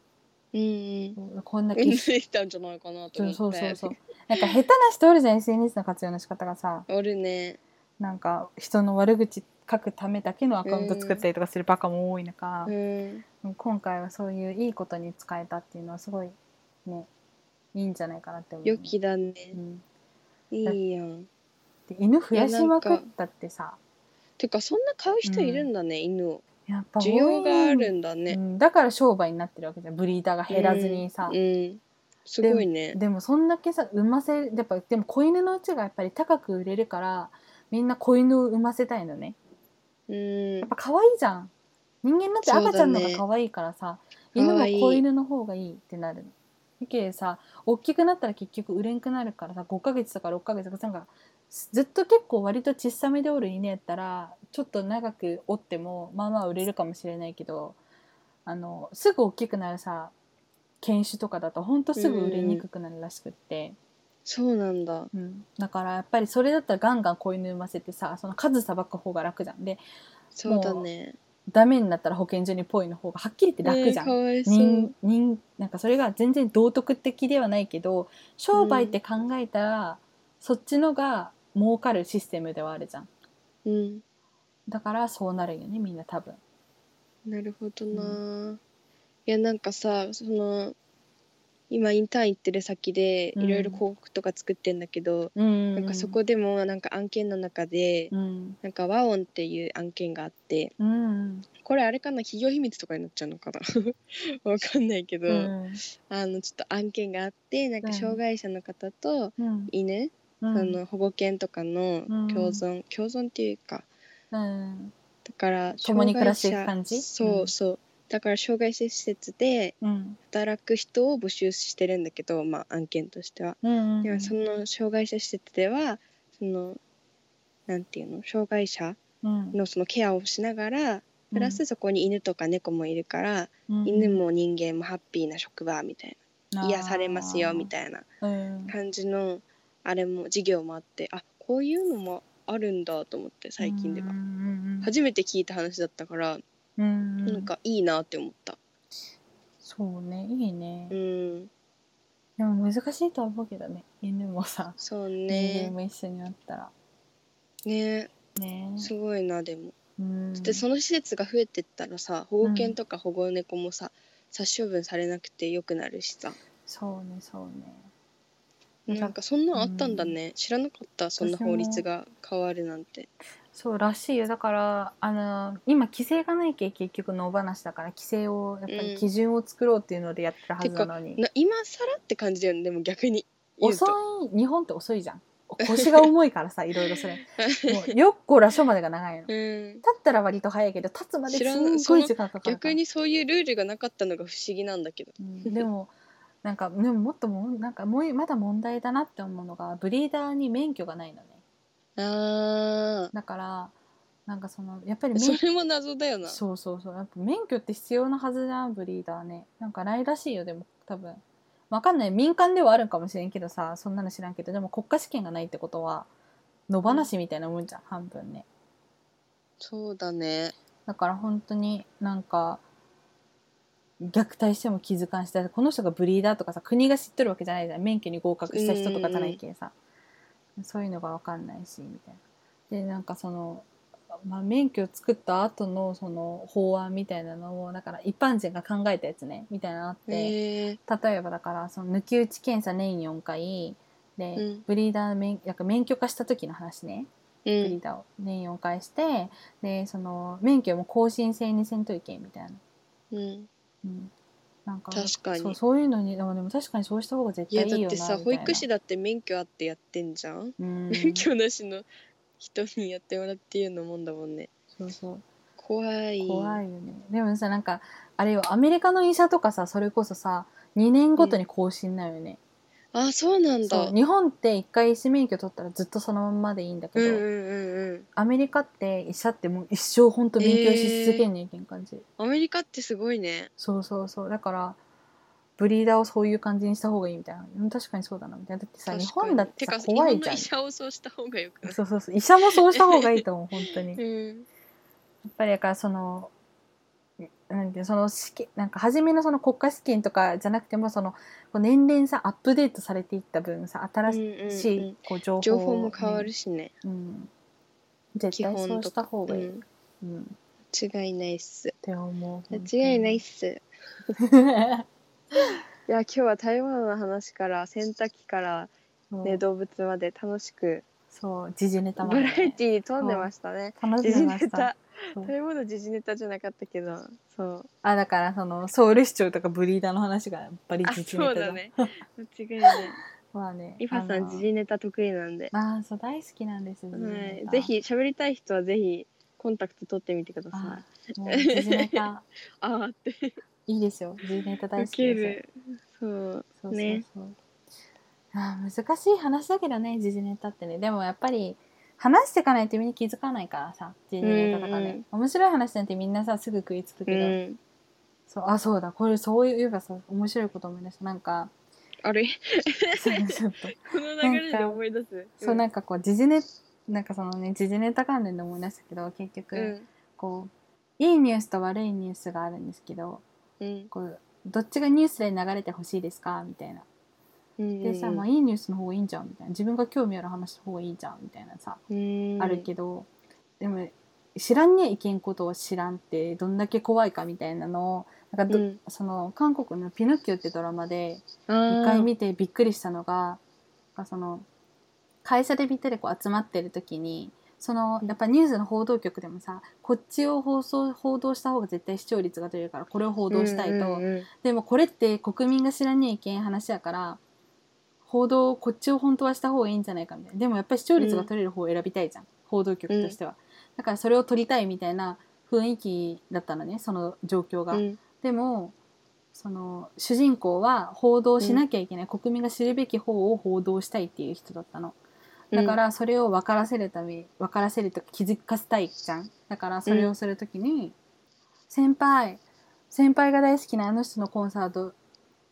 B: うん、うん。
A: こんだけ
B: うん、できたんじゃないかなと
A: そ
B: 思
A: う
B: って。
A: そうそうそうなんか下手な人おるじゃん SNS の活用の仕方がさ
B: おるね。
A: なんか人の悪口書くためだけのアカウント作ったりとかするバカも多い中
B: う、ん、
A: 今回はそういういいことに使えたっていうのはすごいねいいんじゃないかなって思う。
B: 良きだね。
A: うん、
B: いいやん。
A: で犬増やしまくったってさ
B: てかそんな買う人いるんだね、犬を。
A: やっぱ
B: 需要がある
A: ね、
B: んだ
A: う
B: ね。
A: ん、だから商売になってるわけじゃんブリーダーが減らずにさ、
B: うん、すごいね。
A: でもそんだけさ産ませやっぱでも子犬のうちがやっぱり高く売れるからみんな子犬を産ませたいのね
B: うん
A: やっ、ぱ可愛いじゃん人間だって赤ちゃんの方
B: そうだ
A: が
B: ね
A: 可愛いからさ、
B: 可愛
A: 犬も
B: い
A: 子犬の方がいいってなるの。だけどさ大きくなったら結局売れんくなるからさ5ヶ月とか6ヶ月とかなんかずっと結構割と小さめでおる犬やったらちょっと長くおってもまあまあ売れるかもしれないけどあのすぐ大きくなるさ犬種とかだとほんとすぐ売れにくくなるらしくって、
B: そうなんだ。
A: うんだからやっぱりそれだったらガンガン子犬産ませてさその数さばく方が楽じゃんで
B: そうだね。
A: ダメになったら保健所にポイの方がはっきり言って楽じゃん。
B: ねえかわいそう
A: 人。人なんかそれが全然道徳的ではないけど商売って考えたら、そっちのが儲かるシステムではあるじゃん
B: うん、
A: だからそうなるよねみんな多分
B: なるほどな。いやなんかさ、その今インターン行ってる先で
A: うん
B: いろいろ広告とか作ってんだけど、
A: うん
B: なんかそこでもなんか案件の中で、
A: うん
B: なんか和音っていう案件があって、
A: うん
B: これあれかな企業秘密とかになっ ちゃうのかな。わかんないけど、
A: うん
B: あのちょっと案件があって、なんか障害者の方と
A: うん
B: 犬、
A: う
B: そ
A: ん
B: の保護犬とかの共存、共存っていうか。
A: うん
B: だから
A: 共に暮らしていく
B: 障害者
A: 感じ
B: そううんそう、だから障害者施設で
A: うん
B: 働く人を募集してるんだけど、まあ、案件としては、
A: うん
B: でもその障害者施設ではそのなんていうの障害者
A: うん
B: のそのケアをしながらプラスそこに犬とか猫もいるから、
A: うん
B: 犬も人間もハッピーな職場みたいな癒されますよみ
A: い
B: たいな
A: な、うん
B: 感じのあれも事業もあってあこういうのもあるんだと思って最近では
A: うん、うん
B: 初めて聞いた話だったから
A: うん
B: なんかいいなって思った。
A: そうねいいね、
B: うん、
A: でも難しいとは思うけどね犬もさ
B: そう
A: 人間
B: ね。
A: も一緒になったら
B: ね、
A: ね
B: すごいなでも。
A: うん
B: でその施設が増えてったらさ、保護犬とか保護猫もさ、殺処分されなくて良くなるしさ。
A: そうねそうねなんか
B: なんかそんなのあったんだね。知らなかった。そんな法律が変わるなんて。
A: そうらしいよだからあの今規制がないけ結局野放しだから規制をやっぱ
B: うん
A: り基準を作ろうっていうのでやってるはずなのに、
B: な今更って感じだよね。でも逆に言う
A: 遅
B: と。
A: い日本って遅いじゃん腰が重いからさいろい ろそれもうよっこらしょまでが長いの立
B: うん、
A: ったら割と早いけど立つまです
B: 知らん
A: ん
B: そ
A: ごい
B: の
A: 時間かかるから
B: 逆にそういうルールがなかったのが不思議なんだけど
A: うんでもなんかでももっともんなんかもうまだ問題だなって思うのがブリーダーに免許がないのね
B: あ
A: だからなんかそのやっぱり
B: ー
A: 免
B: それも謎だよな
A: そうそうそうやっぱ免許って必要なはずじゃんブリーダーねなんかないらしいよでも多分わかんない民間ではあるかもしれんけどさそんなの知らんけどでも国家試験がないってことは野放しみたいなもんじゃん半分ね
B: そうだね
A: だから本当になんか虐待しても気づかんしたこの人がブリーダーとかさ国が知っとるわけじゃないじゃん免許に合格した人とかじゃないけんさそういうのが分かんないしみたいな。でなんかその、まあ、免許作った後のその法案みたいなのをだから一般人が考えたやつねみたいなのあって、
B: へえ
A: 例えばだからその抜き打ち検査年4回で、
B: うん
A: ブリーダーの免なんか免許化した時の話ね。ブ
B: う
A: リー
B: ん
A: ダーを年4回してでその免許も更新制にせんといけんみたいな、
B: うん
A: うん、なんか
B: 確かに
A: そうそういうのにでもでも確かにそうした方が絶
B: いや
A: 対いい
B: だ
A: よな
B: ってさ
A: み
B: 保
A: たいな
B: 育士だって免許あってやってんじゃん、
A: うん
B: 免許なしの人にやってもらっていうのもんだもんね
A: そうそう
B: 怖い
A: 怖いよねでもさなんかあれよアメリカの医者とかさそれこそさ2年ごとに更新なよね、
B: あそうなんだ
A: そう日本って1回医師免許取ったらずっとそのまんまでいいんだけ
B: うん
A: ど、
B: うんうんうん
A: アメリカって医者ってもう一生ほんと勉強し続けんねいけん感じ、
B: アメリカってすごいね
A: そうそうそうだからブリーダーをそういう感じにした方がいいみたいなうん確かにそうだなみたいなだってさ
B: 確かに
A: 日本だって
B: て
A: さ
B: か
A: 怖いじゃん
B: 日本の医者をそうした方がよくない
A: そうそうそう医者もそうした方がいいと 思う本当にやっ
B: うん
A: ぱりだからそのなんていうのその試験なんか初めのその国家試験とかじゃなくてもそのこう年々さアップデートされていった分さ新し
B: うんうんうん
A: いこう情報,、
B: 情報も変わるしね、
A: うん、絶対
B: 基
A: そ
B: 本
A: う
B: と
A: し
B: か
A: た方
B: う
A: がいい、うん
B: ん、間違いないっす
A: って思う
B: 間違いないっす、い や今日は食べ物の話から洗濯機から、ね
A: ね
B: 動物まで楽しく
A: そう時事ネタ
B: バ
A: まで、
B: ラエ
A: ね、
B: ティー飛んでましたね
A: 楽
B: 時
A: し
B: 事
A: みま
B: ネ
A: した
B: タ
A: そう
B: 食べ物時事ネタじゃなかったけどそう
A: あだからそのソウル市長とかブリーダーの話がやっぱり
B: あ
A: 実名
B: そう
A: だ
B: だ ね間違いない
A: まあね
B: リファさ
A: あ
B: ん
A: の
B: 時事ネタ得意なんで、
A: あーそう大好きなんですよ
B: はい、ぜひ喋りたい人はぜひコンタクト取ってみてください
A: あーもう時事ネタ
B: あーって
A: いいですよ時事ネタ大
B: ウ
A: 好き
B: ケ
A: ですよ
B: るそ
A: そうそうそ
B: う
A: う、
B: ね
A: あー難しい話だけどね時事ネタってねでもやっぱり話していかないとみんな気づかないからさ時事ネタとかね、面白い話なんてみんなさすぐ食いつく
B: う
A: けど、
B: ん
A: そうあそうだこれそういえばさ面白いこと思い出したなん か
B: あれ
A: そうちょっと
B: この流れで思い出す
A: そうなんかこう時事ネなんかそのね時事ネタ関連で思い出したけど結
B: うん
A: 局こういいニュースと悪いニュースがあるんですけど
B: うん
A: こうどっちがニュースで流れてほしいですかみたいな。
B: うん
A: でさ、まあ、いいニュースの方がいいんじゃんみたいな自分が興味ある話の方がいいじゃんみたいなさ
B: うん
A: あるけどでも知らんにはいけんことを知らんってどんだけ怖いかみたいなのをなんかど
B: うん
A: その韓国の「ピノッキオ」ってドラマで
B: あ
A: 一
B: ー
A: 回見てびっくりしたのがなんかその会社でみんなでこう集まってる時にそのやっぱニュースの報道局でもさこっちを放送報道した方が絶対視聴率が取れるからこれを報道したいと、
B: うんうんうん
A: でもこれって国民が知らにゃいけん話やから報道をこっちを本当はした方がいいんじゃないかみたいなでもやっぱり視聴率が取れる方を選びたいじゃん、報道局としては、だからそれを取りたいみたいな雰囲気だったのねその状況が。
B: うん
A: でもその主人公は報道しなきゃいけない、国民が知るべき方を報道したいっていう人だったのだからそれを分からせるため分からせるとか気づかせたいじゃんだからそれをするときに、先輩先輩が大好きなあの人のコンサート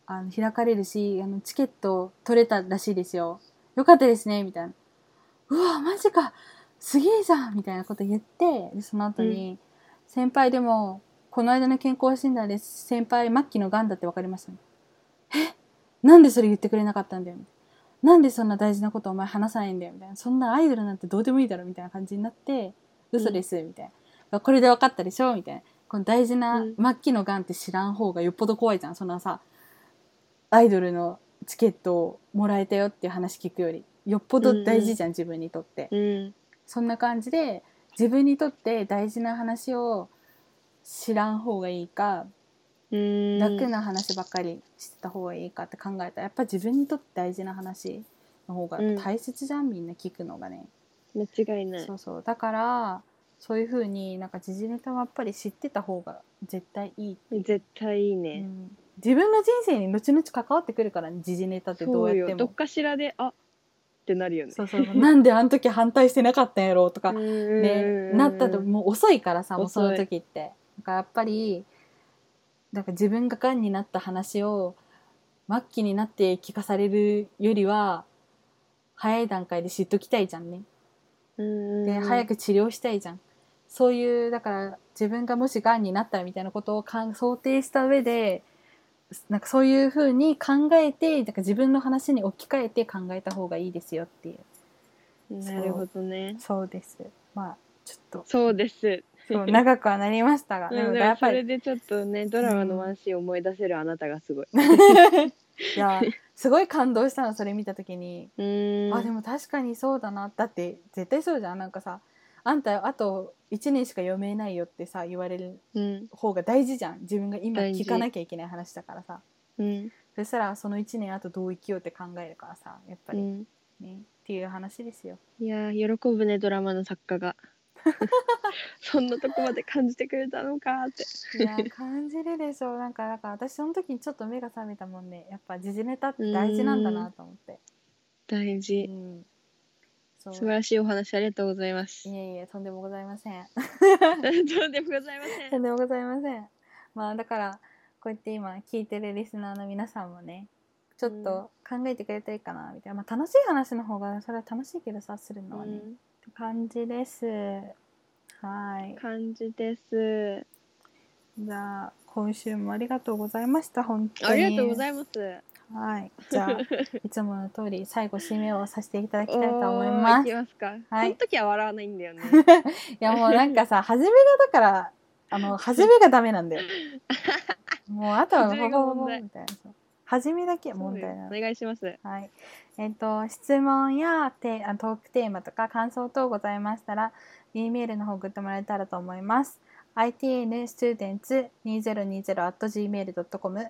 A: あの開かれるしあのチケット取れたらしいですよよかったですねみたいなうわマジかすげえじゃんみたいなこと言ってでその後に、先輩でもこの間の健康診断で先輩末期のがんだって分かりましたねえなんでそれ言ってくれなかったんだよなんでそんな大事なことお前話さないんだよみたいなそんなアイドルなんてどうでもいいだろみたいな感じになって嘘ですみたいなこれで分かったでしょみたいなこの大事な
B: うん
A: 末期のがんって知らん方がよっぽど怖いじゃんそんなさアイドルのチケットをもらえたよっていう話聞くよりよっぽど大事じゃん、自分にとって
B: うん
A: そんな感じで自分にとって大事な話を知らん方がいいか
B: うん
A: 楽な話ばっかりしてた方がいいかって考えたらやっぱ自分にとって大事な話の方が
B: うん
A: 大切じゃん、みんな聞くのがね、
B: 間違いない
A: そうそうだからそういうふうになんか時事ネタはやっぱり知ってた方が絶対いいって
B: 絶対いいうね、
A: ん自分の人生に後々関わってくるからね時事ネタってど
B: そうう
A: やっ
B: よ
A: て
B: どっ
A: も
B: かしらであってなるよね
A: そうそうそうなんであの時反対してなかったんやろうとか、
B: ね
A: ね、なったともう遅いからさもうそ
B: 遅
A: の
B: い
A: 時ってだからやっぱりだから自分ががんになった話を末期になって聞かされるよりは早い段階で知っときたいじゃんねで早
B: く
A: く治療したいじゃんそういうだから自分がもしがんになったらみたいなことをかん想定した上でなんかそういうふうに考えてなんか自分の話に置き換えて考えた方がいいですよっていう
B: なるほどね
A: そうですまあちょっと
B: そうです
A: そう長くはなりましたが、で
B: う
A: も
B: ん
A: やっ
B: そ
A: ぱ
B: れ
A: り、
B: でちょっとねドラマのワンシーン思い出せるあなたがすごい
A: いや、すごい感動したの、それ見たときに。
B: うん
A: あ、でも確かにそうだな。だって、絶対そうじゃん。なんかさ、あんた、あと1年しか読めないよってさ、言われる
B: うん
A: 方が大事じゃん。自分が今
B: 大事
A: 聞かなきゃいけない話だからさ。
B: うん
A: そしたら、その1年あとどう生きようって考えるからさ、やっぱ
B: う
A: りね、
B: ん
A: っていう話ですよ。
B: いやー喜ぶねドラマの作 家がそんなとこまで感じてくれたのかーって
A: いや、感じるでし ょう。なんか、だから私、その時にちょっと目が覚めたもんね。やっぱ、時事ネタって大事なんだなと思って。
B: 大
A: う
B: 事
A: ん。そう
B: 素晴らしいお話ありがとうございます
A: いえいえ、とんでもございませ ん。
B: どうでもございませ
A: と
B: ん
A: んでもございません。まあだからこうやって今聞いてるリスナーの皆さんもねちょっと考えてくれてるかなみたいな、まあ、楽しい話の方がそれは楽しいけどさするのはね、って感じです。はい
B: 感じです
A: じゃあ今週もありがとうございました本当
B: あ
A: に。
B: りがとうござ
A: い
B: います
A: ます。はいじゃあ いつもの通り最後締めをさせていただきたいと思い
B: おー
A: ま
B: い
A: す。
B: き
A: い
B: ますか、
A: はい
B: その時は笑わないんだよね
A: やもうなんかさ初めがだからあ の初めがダメなんだよ。もうあとは
B: 初め
A: ほ
B: が
A: ぼほ
B: 問
A: ぼ
B: 題
A: みたいな。初めだけ 問題なの
B: お。願いします
A: はい。えっ、と、質問やテあトークテーマとか感想等ございましたら、e メールの方送ってもらえたらと思います。itnstudents2020.gmail.com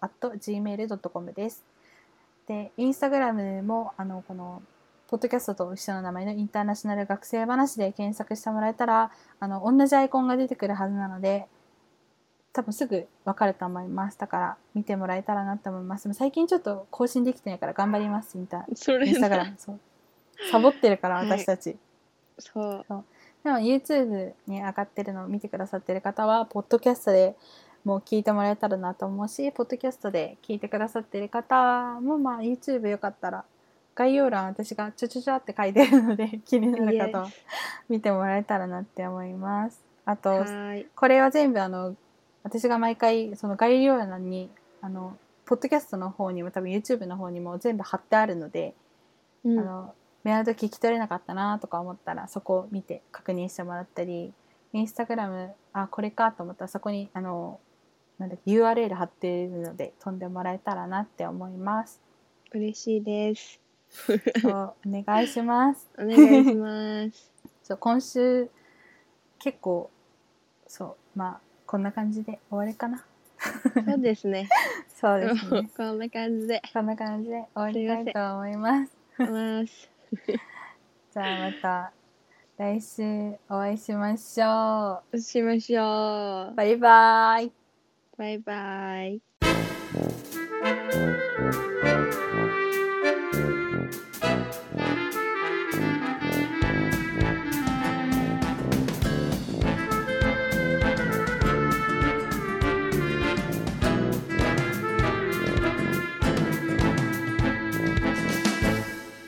A: itnstudents2020.gmail.com です。で、インスタグラムも、あの、この、ポッドキャストと一緒の名前のインターナショナル学生話で検索してもらえたら、あの、同じアイコンが出てくるはずなので、多分すぐ分かると思います。だから見てもらえたらなと思います。でも最近ちょっと更新できてないから頑張ります、みたいな。
B: そ
A: イ
B: れ
A: ンスタグラ
B: な
A: ム、そう。サボってるから、
B: はい
A: 私たち。
B: そう
A: でも YouTube に上がってるのを見てくださってる方は、ポッドキャストでもう聞いてもらえたらなと思うし、ポッドキャストで聞いてくださってる方も、まあ YouTube よかったら、概要欄私がちょちょちょって書いてるので、気になる方は見てもらえたらなって思います。あ
B: は
A: と、
B: ーい
A: これは全部あの私が毎回その概要欄にあのポッドキャストの方にも多分 YouTube の方にも全部貼ってあるので、
B: うん
A: あのメアド聞き取れなかったなとか思ったらそこを見て確認してもらったりインスタグラムあこれかと思ったらそこにあのなんだっけ URL 貼っているので飛んでもらえたらなって思い ます。
B: 嬉しいです
A: そうお願いします。
B: お願いし ます。
A: そう今週結構そうまあこんな感じで終わりかな。
B: そうですね。
A: そうですね。
B: こんな感じで
A: こんな感じで終わりたいと思います。
B: ます。
A: じゃあまた来週お会いしましょ
B: しましょ
A: う。
B: う。
A: バイバイ。
B: バイバイ。